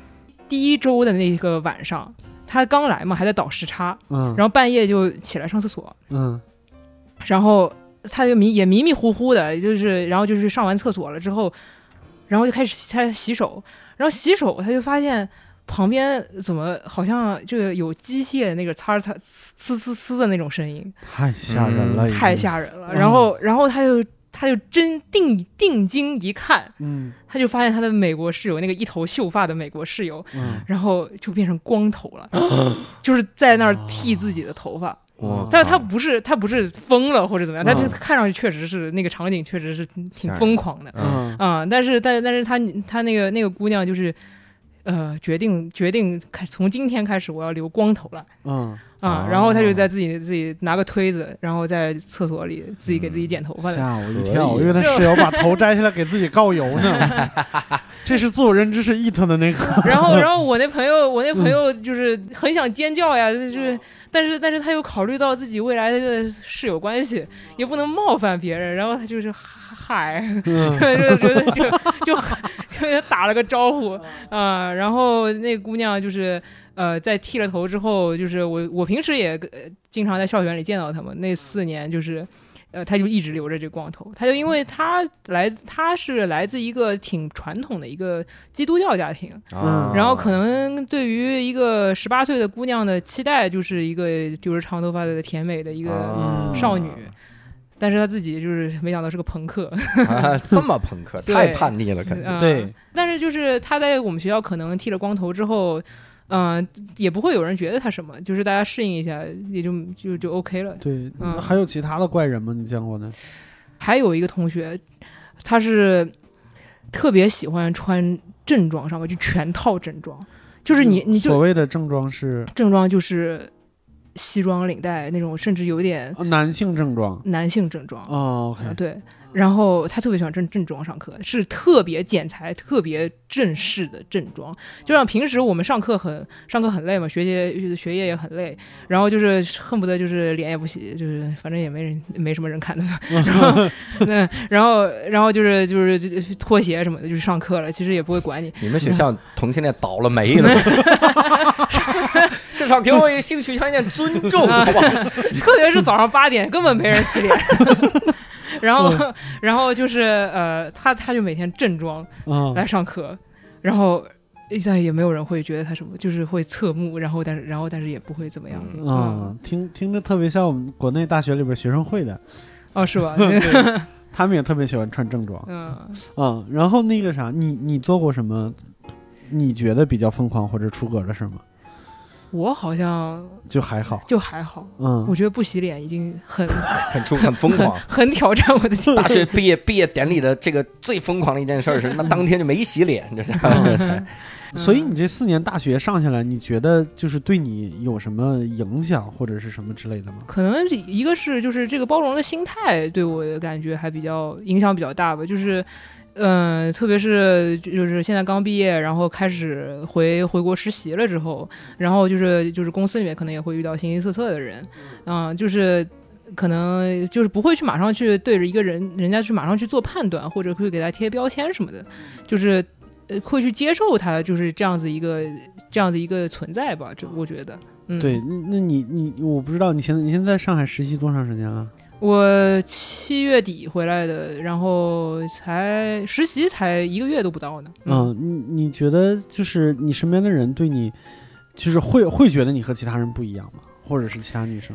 Speaker 6: 第一周的那个晚上，他刚来嘛，还在倒时差，
Speaker 3: 嗯，
Speaker 6: 然后半夜就起来上厕所，
Speaker 3: 嗯
Speaker 6: 然后他就迷也迷迷糊糊的，就是然后就是上完厕所了之后，然后就开始洗开始洗手，然后洗手他就发现旁边怎么好像这个有机械的那个擦擦呲呲呲的那种声音，
Speaker 3: 太吓人了，已经
Speaker 6: 太，吓人了。
Speaker 3: 嗯
Speaker 6: 然后然后他就他就真定定睛一看，
Speaker 3: 嗯
Speaker 6: 他就发现他的美国室友那个一头秀发的美国室友，
Speaker 3: 嗯，
Speaker 6: 然后就变成光头了，就是在那儿剃自己的头发。
Speaker 1: 我靠，
Speaker 6: 但是他不是他不是疯了或者怎么样，
Speaker 3: 嗯
Speaker 6: 但是看上去确实是那个场景确实是挺疯狂的
Speaker 1: 嗯
Speaker 3: 嗯
Speaker 6: 啊、但是但但是他他那个那个姑娘就是，呃，决定决定开从今天开始我要留光头了
Speaker 3: 嗯
Speaker 6: 啊、
Speaker 1: 哦
Speaker 6: 然后他就在自己自己拿个推子，然后在厕所里自己给自己剪头发的。
Speaker 3: 吓我
Speaker 1: 可
Speaker 3: 一
Speaker 1: 以
Speaker 3: 跳，我以为他室友把头摘下来给自己告油呢。
Speaker 6: *laughs*
Speaker 3: 这是自我认知是 it 的那个，
Speaker 6: 然后，然后我那朋友，我那朋友就是很想尖叫呀，就是，但是，但是他又考虑到自己未来的室友关系，也不能冒犯别人，然后他就是嗨，
Speaker 3: 嗯
Speaker 6: *laughs* 就觉得就就就打了个招呼啊、然后那姑娘就是呃，在剃了头之后，就是我我平时也、呃、经常在校园里见到她嘛。那四年就是呃，她就一直留着这光头，她就因为她来她是来自一个挺传统的一个基督教家庭，
Speaker 1: 啊
Speaker 6: 然后可能对于一个十八岁的姑娘的期待就是一个就是长头发的甜美的一个嗯
Speaker 1: 啊
Speaker 6: 少女。但是她自己就是没想到是个朋
Speaker 1: *laughs*
Speaker 6: 克，
Speaker 1: 啊，这么朋克，
Speaker 6: 对
Speaker 1: 太叛逆了，感觉。
Speaker 6: 嗯
Speaker 3: 对，
Speaker 6: 但是就是他在我们学校可能剃了光头之后，嗯、也不会有人觉得他什么，就是大家适应一下，也就就就 OK 了。
Speaker 3: 对，
Speaker 6: 嗯
Speaker 3: 还有其他的怪人吗？你见过呢？
Speaker 6: 还有一个同学，他是特别喜欢穿正装上课，就全套正装，就是你
Speaker 1: 嗯
Speaker 6: 你
Speaker 3: 所
Speaker 6: 就
Speaker 3: 谓的正装是
Speaker 6: 正装就是西装领带那种，甚至有点
Speaker 3: 呃男性正装
Speaker 6: 男性正装。
Speaker 3: 哦
Speaker 6: 啊，
Speaker 3: ，OK，
Speaker 6: 对。然后他特别喜欢正正装上课，是特别剪裁、特别正式的正装。就像平时我们上课很上课很累嘛，学业学业也很累，然后就是恨不得就是脸也不洗，就是反正也没人没什么人看的。然后，那然后然后就是就是就是拖鞋什么的，就是上课了，其实也不会管你。
Speaker 1: 你们学校同性恋倒了霉
Speaker 6: *laughs*
Speaker 1: 了 *laughs* 吗？至少给我一个性取向一点尊重，好不好？
Speaker 6: 特别是早上八点，根本没人洗脸。 *laughs* 然后然后就是呃，他他就每天正装，
Speaker 3: 嗯
Speaker 6: 来上课，然后但也没有人会觉得他什么，就是会侧目，然后但是然后但是也不会怎么样。
Speaker 1: 嗯
Speaker 3: 啊，听听着特别像我们国内大学里边学生会的，
Speaker 6: 哦，是吧？
Speaker 3: 他们也特别喜欢穿正装。
Speaker 6: 嗯，
Speaker 3: 嗯，然后那个啥，你你做过什么？你觉得比较疯狂或者出格的事吗？
Speaker 6: 我好像
Speaker 3: 就还好，
Speaker 6: 就还好，
Speaker 3: 嗯
Speaker 6: 我，觉得不洗脸已经很。
Speaker 1: 很出很疯狂
Speaker 6: *laughs* 很挑战我的底
Speaker 1: 大学毕业毕业典礼的这个最疯狂的一件事儿是，那当天就没洗脸，这是
Speaker 6: 嗯
Speaker 1: 嗯
Speaker 3: 所以你这四年大学上下来，你觉得就是对你有什么影响或者是什么之类的吗？
Speaker 6: 可能是一个是就是这个包容的心态对我的感觉还比较影响比较大吧，就是。嗯，特别是就是现在刚毕业，然后开始回回国实习了之后，然后就是就是公司里面可能也会遇到形形色色的人，嗯，就是可能就是不会去马上去对着一个人人家去马上去做判断，或者会给他贴标签什么的，就是呃会去接受他就是这样子一个这样子一个存在吧，这我觉得，嗯，
Speaker 3: 对，那你你我不知道你现在你现在在上海实习多长时间了？
Speaker 6: 我七月底回来的，然后才实习才一个月都不到呢。
Speaker 3: 嗯，你你觉得就是你身边的人对你，就是会会觉得你和其他人不一样吗？或者是其他女生？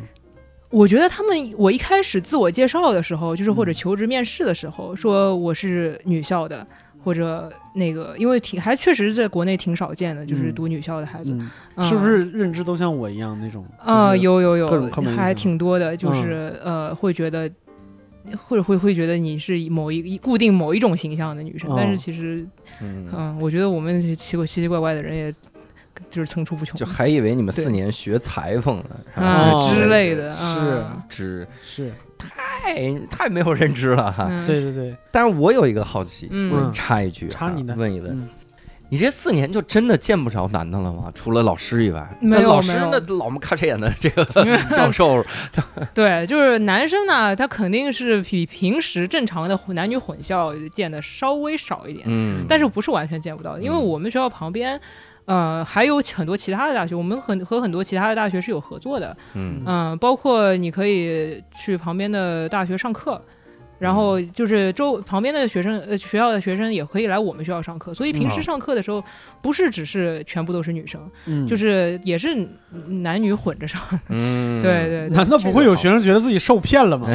Speaker 6: 我觉得他们，我一开始自我介绍的时候，就是或者
Speaker 3: 嗯
Speaker 6: 求职面试的时候，说我是女校的，或者那个，因为挺还确实在国内挺少见的，就是
Speaker 3: 嗯
Speaker 6: 读女校的孩子，
Speaker 3: 嗯，
Speaker 6: 嗯
Speaker 3: 是不？是认知都像我一样那种？
Speaker 6: 啊、
Speaker 3: 就是
Speaker 6: 有有有
Speaker 3: 各种刻板，印
Speaker 6: 还
Speaker 3: 象嗯
Speaker 6: 挺多的，就是、呃，会觉得，或者会会觉得你是某一固定某一种形象的女生，但
Speaker 3: 哦
Speaker 6: 是其实，
Speaker 1: 嗯，
Speaker 6: 嗯，我觉得我们这些奇怪奇奇怪怪的人也，就是层出不穷，
Speaker 1: 就还以为你们四年学裁缝呢，
Speaker 6: 啊、
Speaker 3: 哦
Speaker 6: 之类，的，
Speaker 3: 是
Speaker 6: 啊
Speaker 1: 只
Speaker 3: 是，
Speaker 1: 太太没有认知了哈。
Speaker 3: *laughs*
Speaker 6: 嗯、
Speaker 3: 对对对，
Speaker 1: 但是我有一个好奇，
Speaker 6: 嗯
Speaker 1: 我插一句啊，
Speaker 3: 插你的
Speaker 1: 问一问，
Speaker 3: 嗯
Speaker 1: 你这四年就真的见不着男的了吗？除了老师以外，
Speaker 6: 没有
Speaker 1: 那老师
Speaker 6: 没有
Speaker 1: 那老么咔哧眼的这个
Speaker 6: *laughs*
Speaker 1: 教授，
Speaker 6: 对，就是男生呢，他肯定是比平时正常的男女混校见的稍微少一点，
Speaker 1: 嗯，
Speaker 6: 但是不是完全见不到的，因为
Speaker 1: 嗯
Speaker 6: 我们学校旁边。呃，还有很多其他的大学，我们很和很多其他的大学是有合作的，
Speaker 1: 嗯
Speaker 6: 嗯、包括你可以去旁边的大学上课，然后就是周旁边的学生，呃，学校的学生也可以来我们学校上课，所以平
Speaker 3: 嗯好
Speaker 6: 时上课的时候，不是只是全部都是女生，
Speaker 3: 嗯，
Speaker 6: 就是也是男女混着上，
Speaker 1: 嗯，
Speaker 6: 对对对，
Speaker 3: 难道不会有学生觉得自己受骗
Speaker 6: *laughs*
Speaker 3: 了吗？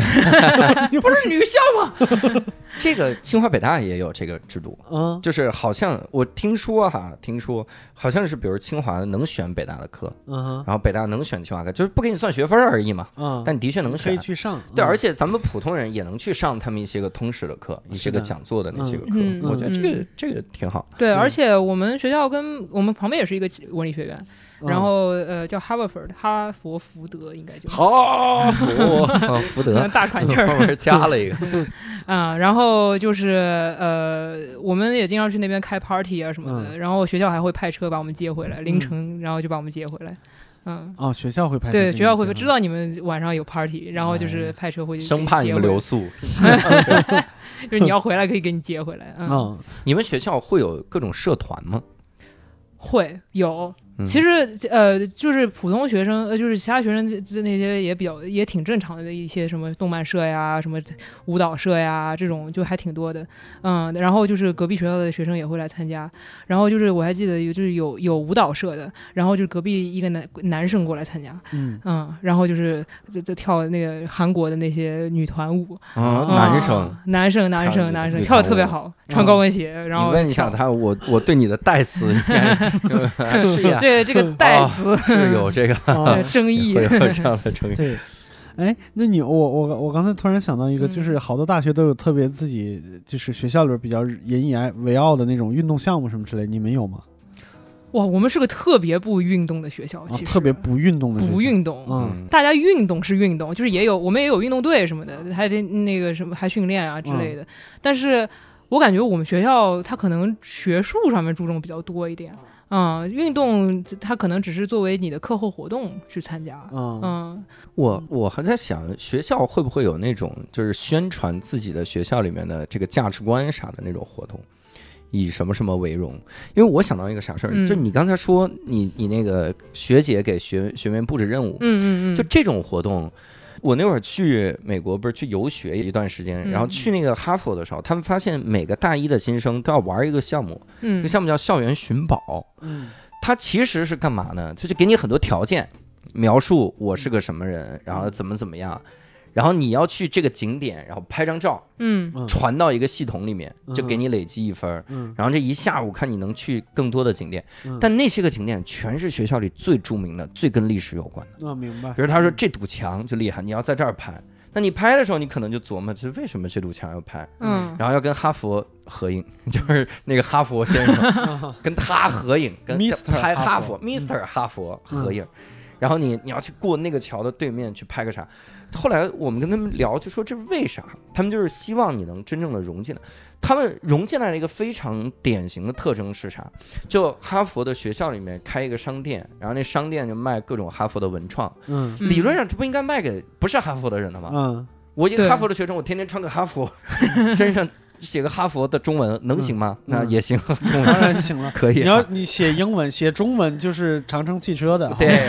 Speaker 1: 不是女校吗？这个清华北大也有这个制度，
Speaker 3: 嗯
Speaker 1: 就是好像我听说哈，听说好像是比如清华能选北大的课，
Speaker 3: 嗯哼
Speaker 1: 然后北大能选清华课，就是不给你算学分而已嘛，
Speaker 3: 嗯，
Speaker 1: 但你的确能
Speaker 3: 可以
Speaker 1: 选。
Speaker 3: 去上，
Speaker 1: 对，
Speaker 3: 嗯
Speaker 1: 而且咱们普通人也能去上他们一些个通识的课，一些个
Speaker 3: 是的
Speaker 1: 讲座的那些个课，
Speaker 6: 嗯
Speaker 1: 我觉得这个、
Speaker 6: 嗯
Speaker 1: 这个挺好。
Speaker 6: 对，
Speaker 3: 对
Speaker 6: 而且我们学校跟我们旁边也是一个文理学院，
Speaker 3: 嗯
Speaker 6: 然后呃叫哈 a 佛 v 哈佛福德应该就哦
Speaker 1: *laughs* 好，福哦福
Speaker 6: *laughs* 可能
Speaker 1: 德，
Speaker 6: 大喘气
Speaker 1: 后
Speaker 6: 儿
Speaker 1: 面加了一个，
Speaker 6: 啊、然后就是呃，我们也经常去那边开 party 啊什么
Speaker 1: 嗯
Speaker 6: 的，然后学校还会派车把我们接回来，凌晨然后就把我们接回来，嗯。
Speaker 3: 哦，学校会派
Speaker 6: 对，
Speaker 3: 这个
Speaker 6: 学校会
Speaker 3: 节目
Speaker 6: 知道你们晚上有 party，然后就是派车回去，
Speaker 1: 哎生怕你们留，宿。
Speaker 6: 就是你要回来可以给你接回来。
Speaker 1: *laughs* 哦
Speaker 3: 嗯
Speaker 6: 嗯，
Speaker 1: 你们学校会有各种社团吗？
Speaker 6: 会有，
Speaker 1: 嗯
Speaker 6: 其实呃，就是普通学生，呃，就是其他学生这这那些也比较也挺正常的一些什么动漫社呀、什么舞蹈社呀这种，就还挺多的。嗯，然后就是隔壁学校的学生也会来参加，然后就是我还记得有就是有有舞蹈社的，然后就是隔壁一个男男生过来参加，
Speaker 3: 嗯，
Speaker 6: 嗯，然后就是就就跳那个韩国的那些女团舞，
Speaker 1: 啊，
Speaker 6: 嗯
Speaker 1: 男生。
Speaker 6: 男生男
Speaker 1: 跳
Speaker 6: 生男生
Speaker 1: 女团舞嗯
Speaker 6: 跳的特别好，穿高跟鞋，然
Speaker 1: 你
Speaker 6: 后
Speaker 1: 问一下
Speaker 6: 跳。
Speaker 1: 他，我我对你的代词你
Speaker 6: *laughs*
Speaker 1: 看是呀，
Speaker 6: 对
Speaker 1: *laughs*
Speaker 6: 这个代词、 *laughs*
Speaker 1: 是有这个
Speaker 3: 哦
Speaker 6: 呃争议
Speaker 1: 会。有这样的成语。
Speaker 3: 对。哎，那你我我我刚才突然想到一个，
Speaker 6: 嗯
Speaker 3: 就是好多大学都有特别自己，就是学校里边比较引以为傲的那种运动项目什么之类，你们有吗？
Speaker 6: 哇，我们是个特别不运动的学校，
Speaker 3: 啊
Speaker 6: 其，实、
Speaker 3: 特别不运动的学校
Speaker 6: 不，运动。
Speaker 3: 嗯，
Speaker 6: 大家运动是运动，就是也有我们也有运动队什么的，还得那个什么还训练啊之类的。但是我感觉我们学校它可能学术上面注重比较多一点，嗯，运动它可能只是作为你的课后活动去参加，
Speaker 3: 嗯
Speaker 6: 嗯，
Speaker 1: 我我还在想，学校会不会有那种就是宣传自己的学校里面的这个价值观啥的那种活动，以什么什么为荣？因为我想到一个啥事儿，
Speaker 6: 嗯
Speaker 1: 就你刚才说你你那个学姐给学学员布置任务，
Speaker 6: 嗯嗯嗯，
Speaker 1: 就这种活动，我那会儿去美国不是去游学一段时间，
Speaker 6: 嗯
Speaker 1: 然后去那个哈佛的时候，他们发现每个大一的新生都要玩一个项目，这
Speaker 6: 嗯
Speaker 1: 个项目叫校园寻宝。
Speaker 3: 嗯
Speaker 1: 它其实是干嘛呢？它就给你很多条件，描述我是个什么
Speaker 3: 嗯
Speaker 1: 人，然后怎么怎么样，然后你要去这个景点，然后拍张照，
Speaker 6: 嗯
Speaker 3: 嗯
Speaker 1: 传到一个系统里面，就给
Speaker 3: 嗯
Speaker 1: 你累积一分儿。
Speaker 3: 嗯
Speaker 1: 然后这一下午看你能去更多的景点，
Speaker 3: 嗯
Speaker 1: 但那些个景点全是学校里最著名的、最跟历史有关的。
Speaker 3: 那哦明白
Speaker 1: 比。如他说这堵墙就厉害，你要在这儿拍，那你拍的时候你可能就琢磨，这为什么这堵墙要拍？
Speaker 6: 嗯
Speaker 1: 然后要跟哈佛合影， *laughs* 就是那个哈佛先生跟他合影，跟
Speaker 3: Mr.
Speaker 1: 拍
Speaker 3: 哈
Speaker 1: 佛
Speaker 3: 佛
Speaker 1: Mr. 哈佛合影。然后你你要去过那个桥的对面去拍个啥？后来我们跟他们聊，就说这是为啥？他们就是希望你能真正的融进来。他们融进来了一个非常典型的特征是啥？就哈佛的学校里面开一个商店，然后那商店就卖各种哈佛的文创。
Speaker 3: 嗯
Speaker 6: 嗯
Speaker 1: 理论上这不应该卖给不是哈佛的人的吗？
Speaker 3: 嗯，
Speaker 1: 我一个
Speaker 6: 对
Speaker 1: 哈佛的学生，我天天穿个
Speaker 3: *laughs*
Speaker 1: 哈佛，身上写个哈佛的中文，能行
Speaker 3: 嗯
Speaker 1: 吗？那也行，中
Speaker 3: 当
Speaker 1: 文
Speaker 3: 然行了。
Speaker 1: 可以。
Speaker 3: 你要你写英文，写中文就是长城汽车的。， *laughs*
Speaker 1: 对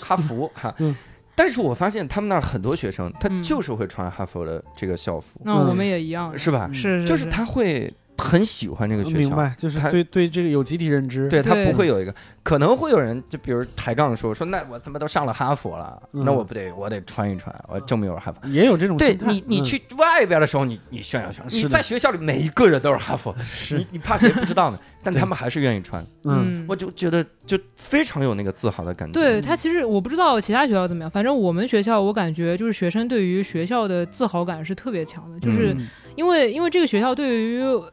Speaker 1: 哈佛哈
Speaker 3: 嗯，
Speaker 1: 但是我发现他们那儿很多学生，他
Speaker 6: 嗯
Speaker 1: 就是会穿哈佛的这个校服，
Speaker 6: 那我们也一样，
Speaker 1: 是吧？
Speaker 6: 是
Speaker 1: 就是是他会很喜欢这个学
Speaker 3: 嗯明
Speaker 1: 校。
Speaker 3: 白，就是
Speaker 1: 他
Speaker 3: 对对这个有集体认知。
Speaker 1: 对他
Speaker 6: 对
Speaker 1: 不会有一个，可能会有人就比如抬杠说说那我他妈都上了哈佛了，
Speaker 3: 嗯
Speaker 1: 那我不得我得穿一穿，我证明我是哈佛。
Speaker 3: *laughs* 也有这种
Speaker 1: 对
Speaker 3: 心态
Speaker 1: 你，你
Speaker 3: 嗯
Speaker 1: 去外边的时候，你你炫耀炫耀，
Speaker 3: 是的
Speaker 1: 你在学校里每一个人都是哈佛，你你怕谁不知 *laughs* 道呢？但他们还是愿意穿，
Speaker 3: 嗯
Speaker 6: 嗯
Speaker 1: 我就觉得就非常有那个自豪的感觉。
Speaker 6: 对他其实我不知道其他学校怎么样，反正我们学校我感觉就是学生对于学校的自豪感是特别强的，就是
Speaker 3: 嗯
Speaker 6: 因为因为这个学校对于呃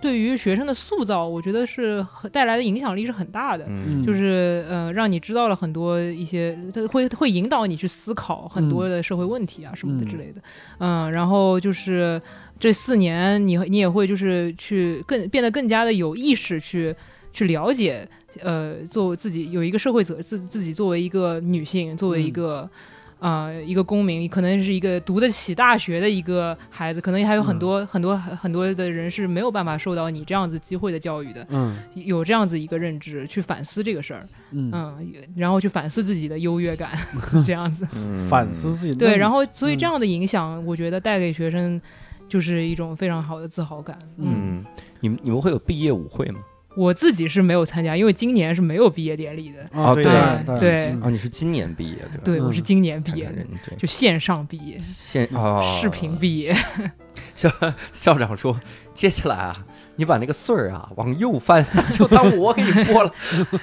Speaker 6: 对于学生的塑造，我觉得是很带来的影响力是很大的。
Speaker 1: 嗯，
Speaker 6: 就是呃，让你知道了很多一些，它会会引导你去思考很
Speaker 3: 嗯
Speaker 6: 多的社会问题啊、什么的之类的，嗯，然后就是这四年你你也会就是去更变得更加的有意识去去了解，呃，作为自己有一个社会责自自己作为一个女性，作为一
Speaker 3: 嗯
Speaker 6: 个。啊、一个公民可能是一个读得起大学的一个孩子，可能还有很
Speaker 3: 嗯
Speaker 6: 多、很多很多的人是没有办法受到你这样子机会的教育的，
Speaker 3: 嗯
Speaker 6: 有这样子一个认知去反思这个事儿。
Speaker 3: 嗯，
Speaker 6: 嗯，也然后去反思自己的优越感， *laughs* 这样子。
Speaker 1: 嗯
Speaker 3: 反思。自己。
Speaker 6: 对，
Speaker 3: 那
Speaker 6: 然
Speaker 3: 你
Speaker 6: 后所以这
Speaker 3: 嗯
Speaker 6: 样的影响，我觉得带给学生就是一种非常好的自豪感。嗯，
Speaker 1: 嗯，你们你们会有毕业舞会吗？
Speaker 6: 我自己是没有参加，因为今年是没有毕业典礼的。
Speaker 3: 哦
Speaker 1: 哦
Speaker 3: 对
Speaker 1: 对
Speaker 3: 当然当然
Speaker 6: 对
Speaker 3: 嗯
Speaker 1: 啊，你是今年毕业对吧？
Speaker 6: 对，我是今年毕
Speaker 1: 看
Speaker 6: 业
Speaker 1: 看
Speaker 6: 的
Speaker 1: 人，对
Speaker 6: 就线上毕业，
Speaker 1: 现哦，
Speaker 6: 视频
Speaker 3: *laughs*
Speaker 6: 毕业。
Speaker 1: 校长说，接下来啊，你把那个穗儿啊往右翻， *laughs* 就当我给你拨
Speaker 6: *laughs*
Speaker 1: 了，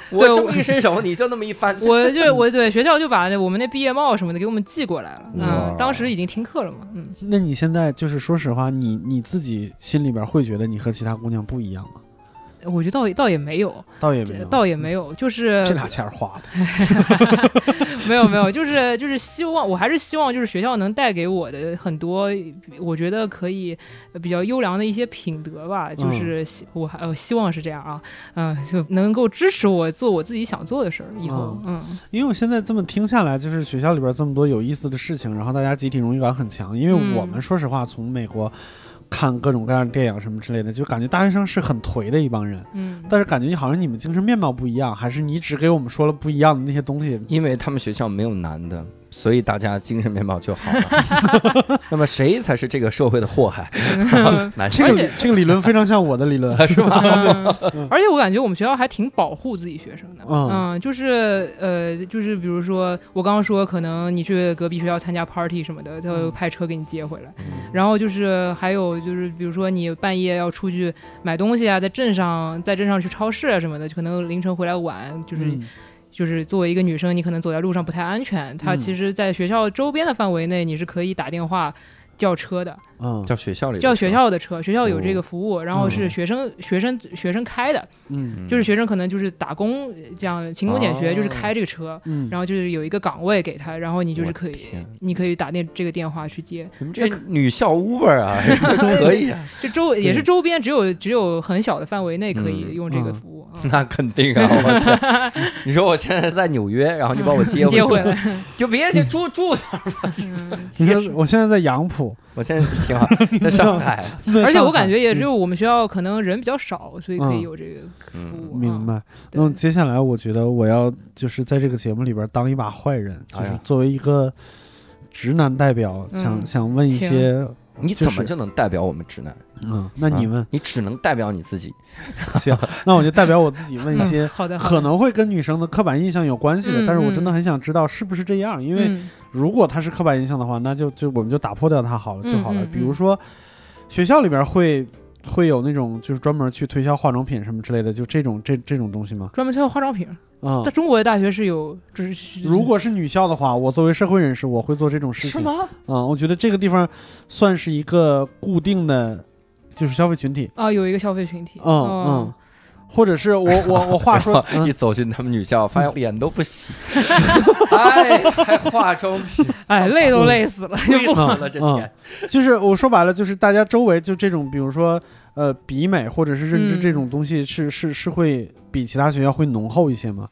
Speaker 1: 我
Speaker 6: 对
Speaker 1: 这
Speaker 6: 我
Speaker 1: 么一伸手，你就那么一翻。
Speaker 6: 我就我对学校就把那我们那毕业帽什么的给我们寄过来了。
Speaker 1: 哇
Speaker 6: 嗯，当时已经停课了嘛。嗯，
Speaker 3: 那你现在就是说实话，你你自己心里边会觉得你和其他姑娘不一样吗？
Speaker 6: 我觉得倒也倒也没有，
Speaker 3: 倒也没
Speaker 6: 这
Speaker 3: 有，
Speaker 6: 倒也没有，就是
Speaker 3: 这俩钱儿花的。
Speaker 6: *laughs* 没有没有，就是就是希望，我还是希望就是学校能带给我的很多，我觉得可以呃比较优良的一些品德吧，就是希我还、呃、希望是这样啊，嗯、就能够支持我做我自己想做的事儿。以后，嗯
Speaker 3: 因为我现在这么听下来，就是学校里边这么多有意思的事情，然后大家集体荣誉感很强。因为我们
Speaker 6: 嗯
Speaker 3: 说实话，从美国看各种各样的电影什么之类的，就感觉大学生是很颓的一帮人。
Speaker 6: 嗯，
Speaker 3: 但是感觉好像你们精神面貌不一样，还是你只给我们说了不一样的那些东西？
Speaker 1: 因为他们学校没有男的，所以大家精神面貌就好了。
Speaker 6: *laughs*
Speaker 1: *laughs* 那么谁才是这个社会的祸
Speaker 6: 嗯
Speaker 1: 害？男
Speaker 3: 这
Speaker 1: 性
Speaker 3: 个
Speaker 6: 而且
Speaker 3: 理这个理论非常像我的理论，是吧？
Speaker 6: 嗯而且我感觉我们学校还挺保护自己学生的，
Speaker 3: 嗯
Speaker 6: 嗯，就是呃，就是比如说我刚刚说，可能你去隔壁学校参加 party 什么的，他会派车给你接回来，然后就是还有就是比如说你半夜要出去买东西啊，在镇上在镇上去超市啊什么的，就可能凌晨回来晚，就是、
Speaker 3: 嗯
Speaker 6: 就是作为一个女生，你可能走在路上不太安全，她
Speaker 3: 嗯
Speaker 6: 其实在学校周边的范围内，你是可以打电话。叫车的，
Speaker 3: 嗯
Speaker 1: 叫学校里的
Speaker 6: 叫学
Speaker 1: 是吧
Speaker 6: 校的车，学校有这
Speaker 1: 哦
Speaker 6: 个服务，然后
Speaker 3: 嗯
Speaker 6: 是学生、学生学生开的，
Speaker 3: 嗯
Speaker 6: 就是学生可能就是打工，这样勤工俭学，就是
Speaker 1: 哦
Speaker 6: 开这个车，
Speaker 3: 嗯，
Speaker 6: 然后就是有一个岗位给他，然后你就是可以
Speaker 1: 天，
Speaker 6: 你可以打电这个电话去接。
Speaker 1: 你们这女校 Uber 啊，可以啊，
Speaker 6: 就周也是周边只有只有很小的范围内可
Speaker 1: 嗯
Speaker 6: 以用这个
Speaker 3: 嗯
Speaker 6: 服务，嗯
Speaker 1: 那肯定啊！我天，你说我现在在纽约，然后你把我接
Speaker 6: 接
Speaker 1: 回
Speaker 6: 回
Speaker 1: 去，
Speaker 6: 来。
Speaker 1: 就别去住住，
Speaker 6: 嗯
Speaker 3: 你说我现在在杨
Speaker 6: *laughs*
Speaker 3: 浦，
Speaker 1: 我现在挺好，在上海。啊
Speaker 6: 而且我感
Speaker 3: 觉
Speaker 6: 觉也只有我们学校可能人比较少，所以可
Speaker 3: 嗯
Speaker 6: 以有这个服务。
Speaker 3: 明白。
Speaker 6: 嗯，
Speaker 3: 那么
Speaker 6: 对，
Speaker 3: 接下来，我觉得我要就是在这个节目里边当一把坏人，就
Speaker 1: 哎
Speaker 3: 是
Speaker 1: 呀
Speaker 3: 作为一个直男代表想、
Speaker 6: 嗯
Speaker 3: 想问一
Speaker 6: 行
Speaker 3: 些，
Speaker 1: 你
Speaker 3: 就
Speaker 1: 怎么
Speaker 3: 是
Speaker 1: 就能代表我们直男？
Speaker 3: 嗯，那你问
Speaker 1: 啊，你只能代表你自己。
Speaker 3: 那我就代表我自己问一
Speaker 6: 嗯
Speaker 3: 些 *laughs*
Speaker 6: 好的，好
Speaker 3: 可
Speaker 6: 的
Speaker 3: 能会跟女生的刻板印象有关系的，
Speaker 6: 嗯
Speaker 3: 但是我真的
Speaker 6: 嗯
Speaker 3: 很想知道是不是这样，因为
Speaker 6: 嗯
Speaker 3: 如果它是刻板印象的话，那就就我们就打破掉它好了
Speaker 6: 嗯
Speaker 3: 就好了。
Speaker 6: 嗯嗯
Speaker 3: 比如说学校里边会会有那种就是专门去推销化妆品什么之类的，就这种这这种东西吗？
Speaker 6: 专门推销化妆品，
Speaker 3: 啊、
Speaker 6: 在中国的大学是有，就是
Speaker 3: *laughs* 如果是女校的话，我作为社会人士，我会做这种事情。
Speaker 1: 吗？，
Speaker 3: 嗯，我觉得这个地方算是一个固定的，就是消费群体。
Speaker 6: 啊有一个消费群体，
Speaker 3: 嗯嗯，或者是我我我话说
Speaker 1: *laughs* 一走进他们女校，发现脸都不洗， *laughs* 哎，还化妆品，
Speaker 6: 嗯，哎，累都累死了，
Speaker 1: 贵死了这钱。
Speaker 3: 嗯就是我说白了，就是大家周围就这种，比如说呃比美或者是认知
Speaker 6: 嗯
Speaker 3: 这种东西是，是是会比其他学校会浓厚一些吗？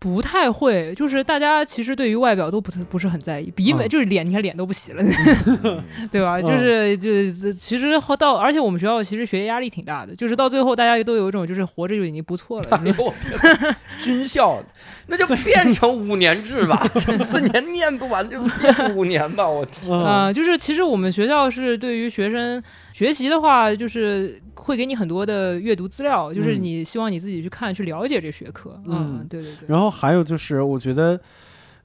Speaker 6: 不太会，就是大家其实对于外表都不不是很在意，鼻
Speaker 3: 嗯
Speaker 6: 美就是脸，你看脸都不洗了，
Speaker 1: 嗯
Speaker 6: *laughs* 对吧？就是就是其实后到，而且我们学校其实学业压力挺大的，就是到最后大家都有一种就是活着就已经不错
Speaker 3: *laughs*
Speaker 6: 了，
Speaker 1: 哎呦，我的军校那就变成五年制吧，这四年念不完就变成五年吧，我天。
Speaker 6: 啊、
Speaker 3: 嗯
Speaker 6: 就是其实我们学校是对于学生学习的话，就是会给你很多的阅读资料，就是
Speaker 3: 嗯
Speaker 6: 你希望你自己去看去了解这学科。
Speaker 3: 嗯
Speaker 6: 对对对。
Speaker 3: 然后还有就是，我觉得。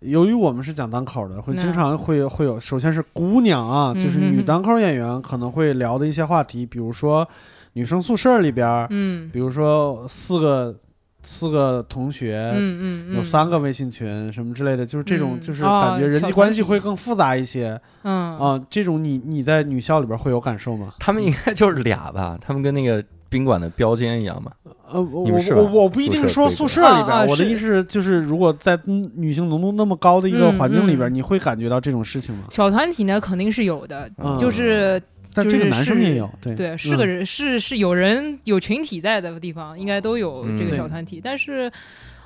Speaker 3: 由于我们是讲单口的，会
Speaker 6: 那
Speaker 3: 经常会会有，首先是姑娘啊，
Speaker 6: 嗯
Speaker 3: 就是
Speaker 6: 嗯
Speaker 3: 女
Speaker 6: 嗯
Speaker 3: 单口演员可能会聊的一些话题，比如说女生宿舍里边儿， *laughs*
Speaker 6: 嗯
Speaker 3: 比如说四个四个同学，
Speaker 6: 嗯嗯，
Speaker 3: 有三个微信群什么之类的，就是这种，
Speaker 6: 嗯
Speaker 3: 就是
Speaker 6: 哦
Speaker 3: 感觉人
Speaker 6: 小
Speaker 3: 际
Speaker 6: 团
Speaker 3: 关系
Speaker 6: 体
Speaker 3: 会更复杂一些
Speaker 6: 嗯
Speaker 3: 啊、这种你你在女校里边会有感受吗？
Speaker 1: 他们应该就是俩吧，他们跟那个宾馆的标间一样嘛。
Speaker 3: 呃，我
Speaker 1: 你们
Speaker 3: 我
Speaker 1: 是吧
Speaker 3: 我我不一定说宿
Speaker 1: 宿
Speaker 3: 舍
Speaker 1: 舍
Speaker 3: 里边，
Speaker 6: 啊啊
Speaker 3: 我的
Speaker 6: 是
Speaker 3: 意思是就是如果在嗯女性浓度那么高的一个
Speaker 6: 嗯
Speaker 3: 环境里边，
Speaker 6: 嗯
Speaker 3: 你会感觉到这种事情吗？
Speaker 6: 小团体呢肯定是有的，
Speaker 3: 嗯
Speaker 6: 就是
Speaker 3: 但这
Speaker 6: 就
Speaker 3: 个
Speaker 6: 是
Speaker 3: 男生
Speaker 6: 是
Speaker 3: 也有，对
Speaker 6: 对是个
Speaker 3: 嗯
Speaker 6: 人是是有人有群体在的地方，应该都有这
Speaker 1: 嗯
Speaker 6: 个
Speaker 1: 对
Speaker 6: 小团体，但是。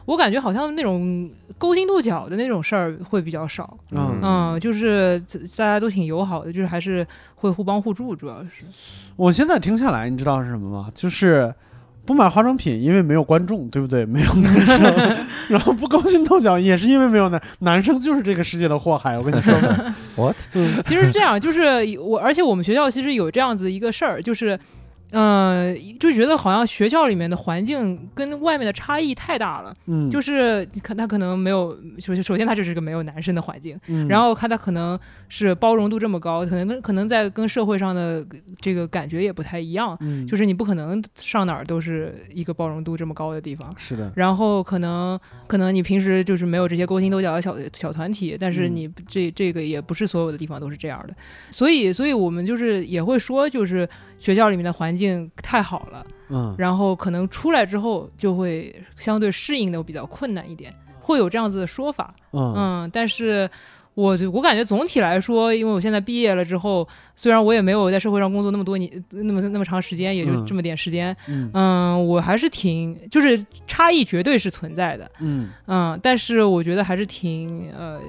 Speaker 6: 我感觉好像那种勾心斗角的那种事儿会比较少，
Speaker 3: 嗯
Speaker 6: 嗯，就是大家都挺友好的，就是还是会互帮互助，主要是。
Speaker 3: 我现在听下来，你知道是什么吗？就是不买化妆品，因为没有观众，对不对？没有男
Speaker 6: *laughs*
Speaker 3: 生，然后不勾心斗角，也是因为没有男男生，就是这个世界的祸害。我跟你说
Speaker 6: *laughs*
Speaker 3: 吧
Speaker 1: What？
Speaker 3: 嗯
Speaker 6: 其实是这样，就是我，而且我们学校其实有这样子一个事儿，就是，呃，就觉得好像学校里面的环境跟外面的差异太大了，
Speaker 3: 嗯，
Speaker 6: 就是可他可能没有，首先首先他就是个没有男生的环境，
Speaker 3: 嗯
Speaker 6: 然后看他可能是包容度这么高，可能跟可能在跟社会上的这个感觉也不太一样，
Speaker 3: 嗯，
Speaker 6: 就是你不可能上哪儿都是一个包容度这么高的地方。
Speaker 3: 是的，
Speaker 6: 然后可能可能你平时就是没有这些勾心斗角的小小团体，但是
Speaker 3: 嗯
Speaker 6: 你这这个也不是所有的地方都是这样的，所以所以我们就是也会说，就是学校里面的环境太好了，
Speaker 3: 嗯，
Speaker 6: 然后可能出来之后就会相对适应的比较困难一点，会有这样子的说法，
Speaker 3: 嗯
Speaker 6: 嗯，但是。我就我感觉总体来说，因为我现在毕业了之后，虽然我也没有在社会上工作那么多年，那么那么长时间，也就
Speaker 3: 嗯
Speaker 6: 这么点时间，
Speaker 3: 嗯
Speaker 6: 嗯，我还是挺，就是差异绝对是存在的，
Speaker 3: 嗯
Speaker 6: 嗯，但是我觉得还是挺呃，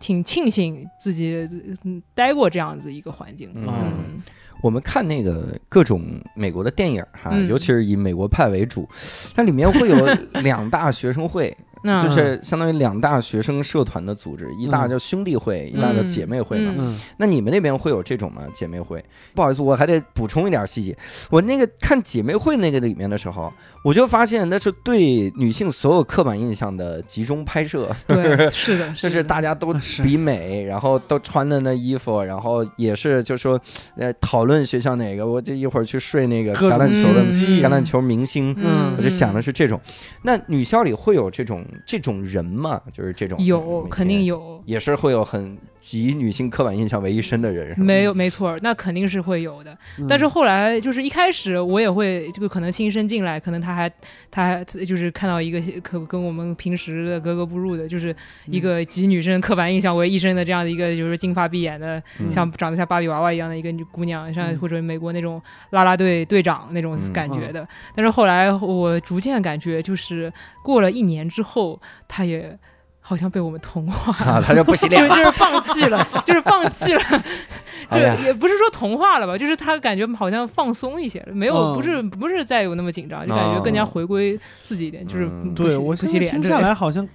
Speaker 6: 挺庆幸自己嗯待过这样子一个环境，
Speaker 1: 嗯，
Speaker 6: 嗯
Speaker 1: 我们看那个各种美国的电影哈，
Speaker 6: 嗯
Speaker 1: 尤其是以美国派为主，它里面
Speaker 6: *laughs*
Speaker 1: 会有两大学生会，
Speaker 6: 那
Speaker 1: 就是相当于两大学生社团的组织，一大叫兄弟会，一大叫姐妹会嘛。
Speaker 6: 嗯
Speaker 3: 嗯
Speaker 1: 那你们那边会有这种吗？姐妹会？不好意思，我还得补充一点细节。我那个看姐妹会那个里面的时候，我就发现那是对女性所有刻板印象的集中拍摄，
Speaker 6: 对，是的，
Speaker 1: *laughs* 就是是
Speaker 6: 的
Speaker 1: 大家都
Speaker 3: 是
Speaker 1: 比美，然后都穿的那衣服，然后也是就说，呃，讨论学校哪个，我这一会儿去睡那个
Speaker 3: 各
Speaker 1: 橄
Speaker 3: 种
Speaker 1: 榄球的
Speaker 6: 嗯
Speaker 3: 机
Speaker 1: 橄榄球明星。
Speaker 6: 嗯，
Speaker 1: 我就想的
Speaker 6: 是
Speaker 1: 是这种，那女校里会有这种这种人吗？就是这种
Speaker 6: 有，肯定
Speaker 1: 有，
Speaker 6: 有，
Speaker 1: 也是会有很集女性刻板印象为一身的人，是吧
Speaker 6: 没有，没错，那肯定是会有的。
Speaker 3: 嗯
Speaker 6: 但是后来就是一开始我也会就可能亲身进来，可能他还他还就是看到一个可跟我们平时的格格不入的，就是
Speaker 1: 嗯
Speaker 6: 一个集女生刻板印象为一身的这样的一个就是金发碧眼的，
Speaker 1: 嗯
Speaker 6: 像长得像芭比娃娃一样的一个女姑娘，像
Speaker 3: 嗯
Speaker 6: 或者美国那种啦啦队队长那种
Speaker 1: 嗯
Speaker 6: 感觉的。但是后来我逐渐感觉就是过了一年之后，她也好像被我们同化了。
Speaker 1: 啊，他就不洗
Speaker 6: 就
Speaker 1: 脸
Speaker 6: 是
Speaker 1: 了。
Speaker 6: 就是放弃了，就是放弃了，
Speaker 1: *laughs* 哎呀
Speaker 6: 这也不是说童话了吧，就是他感觉好像放松一些了，没有、
Speaker 3: 嗯
Speaker 6: 不是不是再有那么紧张，就感觉更加回归自己一点，就是
Speaker 1: 嗯
Speaker 6: 不
Speaker 3: 对
Speaker 6: 洗
Speaker 3: 我
Speaker 6: 不
Speaker 3: 现
Speaker 6: 洗
Speaker 3: 在
Speaker 6: 脸
Speaker 3: 听
Speaker 6: 之
Speaker 3: 下
Speaker 6: 类的
Speaker 3: 来好像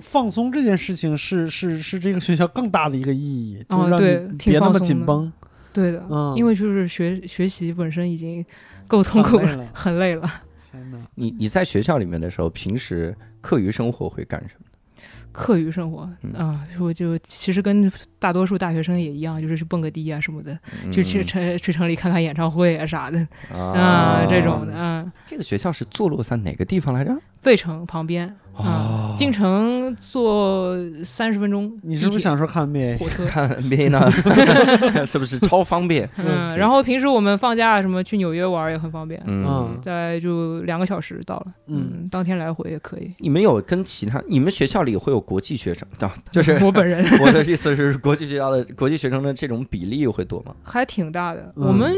Speaker 3: 放松这件事情是是是这个学校更大的一个意义，就
Speaker 6: 哦
Speaker 3: 是让
Speaker 6: 对
Speaker 3: 你
Speaker 6: 挺
Speaker 3: 别那
Speaker 6: 放
Speaker 3: 么
Speaker 6: 松
Speaker 3: 紧
Speaker 6: 的
Speaker 3: 绷。
Speaker 6: 对的，
Speaker 3: 嗯
Speaker 6: 因为就是学学习本身已经够痛苦
Speaker 3: 很累了
Speaker 6: 很累了。
Speaker 3: 天哪，
Speaker 1: 你你在学校里面的时候，平时课余生活会干什么？
Speaker 6: 课余生活
Speaker 1: 嗯
Speaker 6: 啊，我就其实跟大多数大学生也一样，就是去蹦个迪啊什么的，就
Speaker 3: 嗯
Speaker 6: 去城去城里看看演唱会啊啥的
Speaker 1: 嗯
Speaker 6: 啊这种的啊。
Speaker 1: 这个学校是坐落在哪个地方来着？
Speaker 6: 费城旁边啊，进城坐三十分钟，
Speaker 3: 你是不是
Speaker 6: 地铁
Speaker 3: 想说看 NBA？
Speaker 6: 火
Speaker 1: *laughs*
Speaker 6: 车？
Speaker 1: 看 NBA
Speaker 6: *laughs*
Speaker 1: 呢，是不是超方便？
Speaker 6: 嗯，然后平时我们放假什么去纽约玩儿也很方便，
Speaker 3: 嗯
Speaker 6: 大概就两个小时到了，
Speaker 3: 嗯
Speaker 6: 嗯，当天来回也可以。
Speaker 1: 你们有跟其他你们学校里会有国际学生啊？就是
Speaker 6: *laughs* 我本人
Speaker 1: 我的意思是，国际学校的国际学生的这种比例会多吗？
Speaker 6: 还挺大的，
Speaker 3: 嗯
Speaker 6: 我们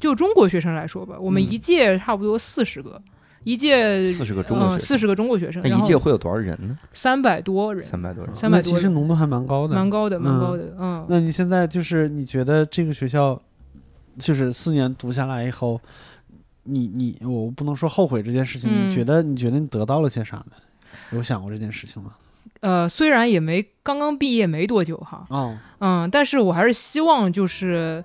Speaker 6: 就中国学生来说吧，我们
Speaker 3: 嗯
Speaker 6: 一届差不多四十个，一届嗯
Speaker 1: 四十个中国学生，
Speaker 6: 呃四十个中国学生，
Speaker 1: 那一届会有多少人呢？
Speaker 6: 三百多人，
Speaker 1: 三百多人。
Speaker 6: 300
Speaker 3: 那
Speaker 6: 多
Speaker 3: 其实
Speaker 6: 人
Speaker 3: 浓度还蛮高的，
Speaker 6: 蛮高的，蛮
Speaker 3: 嗯
Speaker 6: 高的，嗯。
Speaker 3: 那你现在就是你觉得这个学校，就是四年读下来以后，你你我不能说后悔这件事情，
Speaker 6: 嗯
Speaker 3: 你觉得你觉得你得到了些啥呢？有想过这件事情吗？
Speaker 6: 呃，虽然也没刚刚毕业没多久哈，
Speaker 3: 哦，
Speaker 6: 嗯，但是我还是希望就是，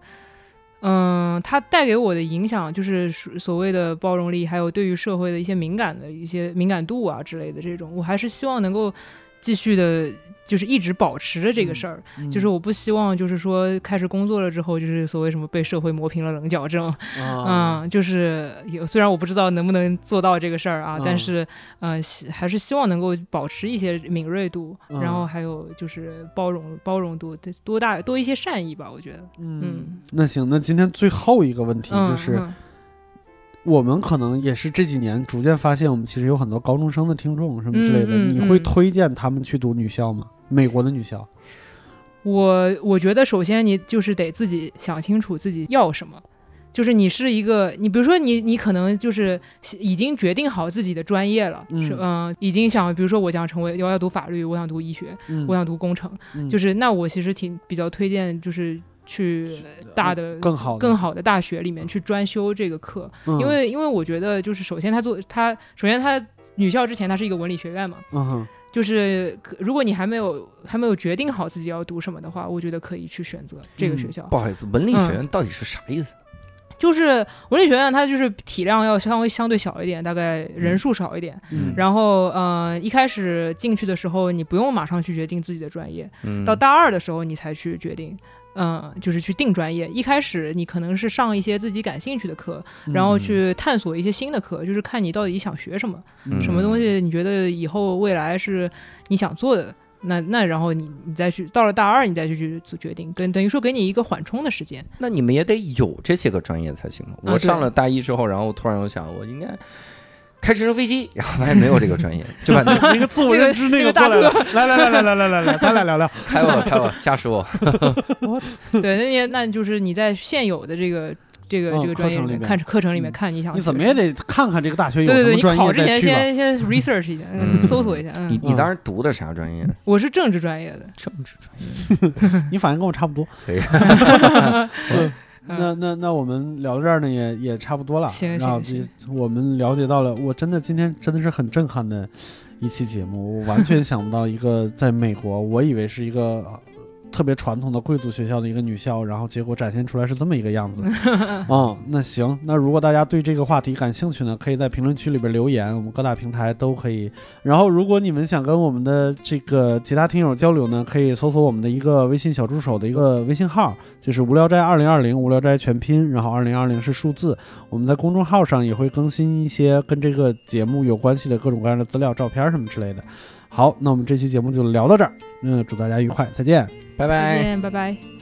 Speaker 6: 嗯，它带给我的影响就是所所谓的包容力，还有对于社会的一些敏感的一些敏感度啊之类的这种，我还是希望能够继续的，就是一直保持着这个事儿。
Speaker 3: 嗯
Speaker 6: 就是我不希望就是说开始工作了之后，就是所谓什么被社会磨平了棱角这种，
Speaker 3: 啊，
Speaker 6: 嗯，就是有虽然我不知道能不能做到这个事儿啊，
Speaker 3: 嗯
Speaker 6: 但是呃，希还是希望能够保持一些敏锐度，
Speaker 3: 嗯
Speaker 6: 然后还有就是包容包容度，得多大多一些善意吧，我觉得，嗯，
Speaker 3: 那行，那今天最后一个问题
Speaker 6: 嗯
Speaker 3: 就是，
Speaker 6: 嗯
Speaker 3: 我们可能也是这几年逐渐发现，我们其实有很多高中生的听众什么之类的，
Speaker 6: 嗯嗯
Speaker 3: 你会
Speaker 6: 嗯
Speaker 3: 推荐他们去读女校吗？美国的女校？
Speaker 6: 我我觉得首先你就是得自己想清楚自己要什么。就是你是一个，你比如说你你可能就是已经决定好自己的专业了，
Speaker 3: 嗯
Speaker 6: 是嗯、已经想，比如说我想成为我要读法律，我想读医学，
Speaker 3: 嗯，
Speaker 6: 我想读工程，
Speaker 3: 嗯
Speaker 6: 就是那我其实挺比较推荐就是去大的
Speaker 3: 呃更好的，
Speaker 6: 更好的大学里面去专修这个课，
Speaker 3: 嗯，
Speaker 6: 因为因为我觉得就是首先他做他首先他女校之前它是一个文理学院嘛，
Speaker 3: 嗯哼，
Speaker 6: 就是可如果你还没有还没有决定好自己要读什么的话，我觉得可以去选择这
Speaker 3: 嗯
Speaker 6: 个学校。
Speaker 1: 不好意思，文理
Speaker 6: 嗯
Speaker 1: 学院到底是啥意思？
Speaker 6: 就是文理学院它就是体量要稍微相对小一点，大概人数少一点，
Speaker 3: 嗯
Speaker 6: 然后呃一开始进去的时候你不用马上去决定自己的专业，
Speaker 1: 嗯，
Speaker 6: 到大二的时候你才去决定，嗯，就是去定专业。一开始你可能是上一些自己感兴趣的课，然
Speaker 3: 嗯
Speaker 6: 后去探索一些新的课，就是看你到底想学什么，
Speaker 1: 嗯
Speaker 6: 什么东西你觉得以后未来是你想做的。那那然后你你再去到了大二你再去去做决定，等等于说给你一个缓冲的
Speaker 3: *laughs*
Speaker 6: 时间。
Speaker 1: 那你们也得有这些个专业才行吧？
Speaker 6: 啊
Speaker 1: 我上了大一之后，然后我突然我想，我应该开直升飞机，然后发现没有这个
Speaker 6: *laughs*
Speaker 1: 专业，就把那
Speaker 3: 那个自我认知那
Speaker 6: 那
Speaker 3: 个
Speaker 6: 个
Speaker 3: 过来
Speaker 6: 那个
Speaker 3: 了，来来来来来来来来，咱俩聊聊。
Speaker 1: 开我开我驾驶我。
Speaker 6: 对，那也那就是你在现有的这个这个
Speaker 3: 嗯
Speaker 6: 这个专业
Speaker 3: 课程里面
Speaker 6: 看课程里面
Speaker 3: 嗯
Speaker 6: 看你想
Speaker 3: 你怎
Speaker 6: 学
Speaker 3: 么也
Speaker 6: 什么
Speaker 3: 得看看这个大学有
Speaker 6: 对
Speaker 3: 什
Speaker 6: 对
Speaker 3: 么
Speaker 6: 对，
Speaker 3: 专
Speaker 6: 你
Speaker 3: 业
Speaker 6: 考之
Speaker 3: 再
Speaker 6: 前
Speaker 3: 去吧。*laughs*
Speaker 6: 先先 research 一下，嗯
Speaker 1: 嗯
Speaker 6: 搜索一下。
Speaker 1: 你
Speaker 6: 嗯，
Speaker 1: 你当时读的啥专业？
Speaker 6: 我是政治专业的，
Speaker 1: 政治专业。
Speaker 3: 你反应跟我差不多。
Speaker 1: 可以
Speaker 3: *laughs* 嗯那那那我们聊到这儿呢，也也差不多了。
Speaker 6: 行
Speaker 3: 然后
Speaker 6: 行
Speaker 3: 这啊我们了解到了，我真的今天真的是很震撼的一期节目，我完全想不到一个在美国，我以为是一个呃特别传统的贵族学校的一个女校，然后结果展现出来是这么一个样子。嗯，那行，那如果大家对这个话题感兴趣呢，可以在评论区里边留言，我们各大平台都可以。然后，如果你们想跟我们的这个其他听友交流呢，可以搜索我们的一个微信小助手的一个微信号，就是无聊斋二零二零，无聊斋全拼，然后二零二零是数字。我们在公众号上也会更新一些跟这个节目有关系的各种各样的资料、照片什么之类的。好，那我们这期节目就聊到这儿，嗯，祝大家愉快，再见。
Speaker 1: 拜
Speaker 6: 再
Speaker 1: 拜。
Speaker 6: 见，拜拜。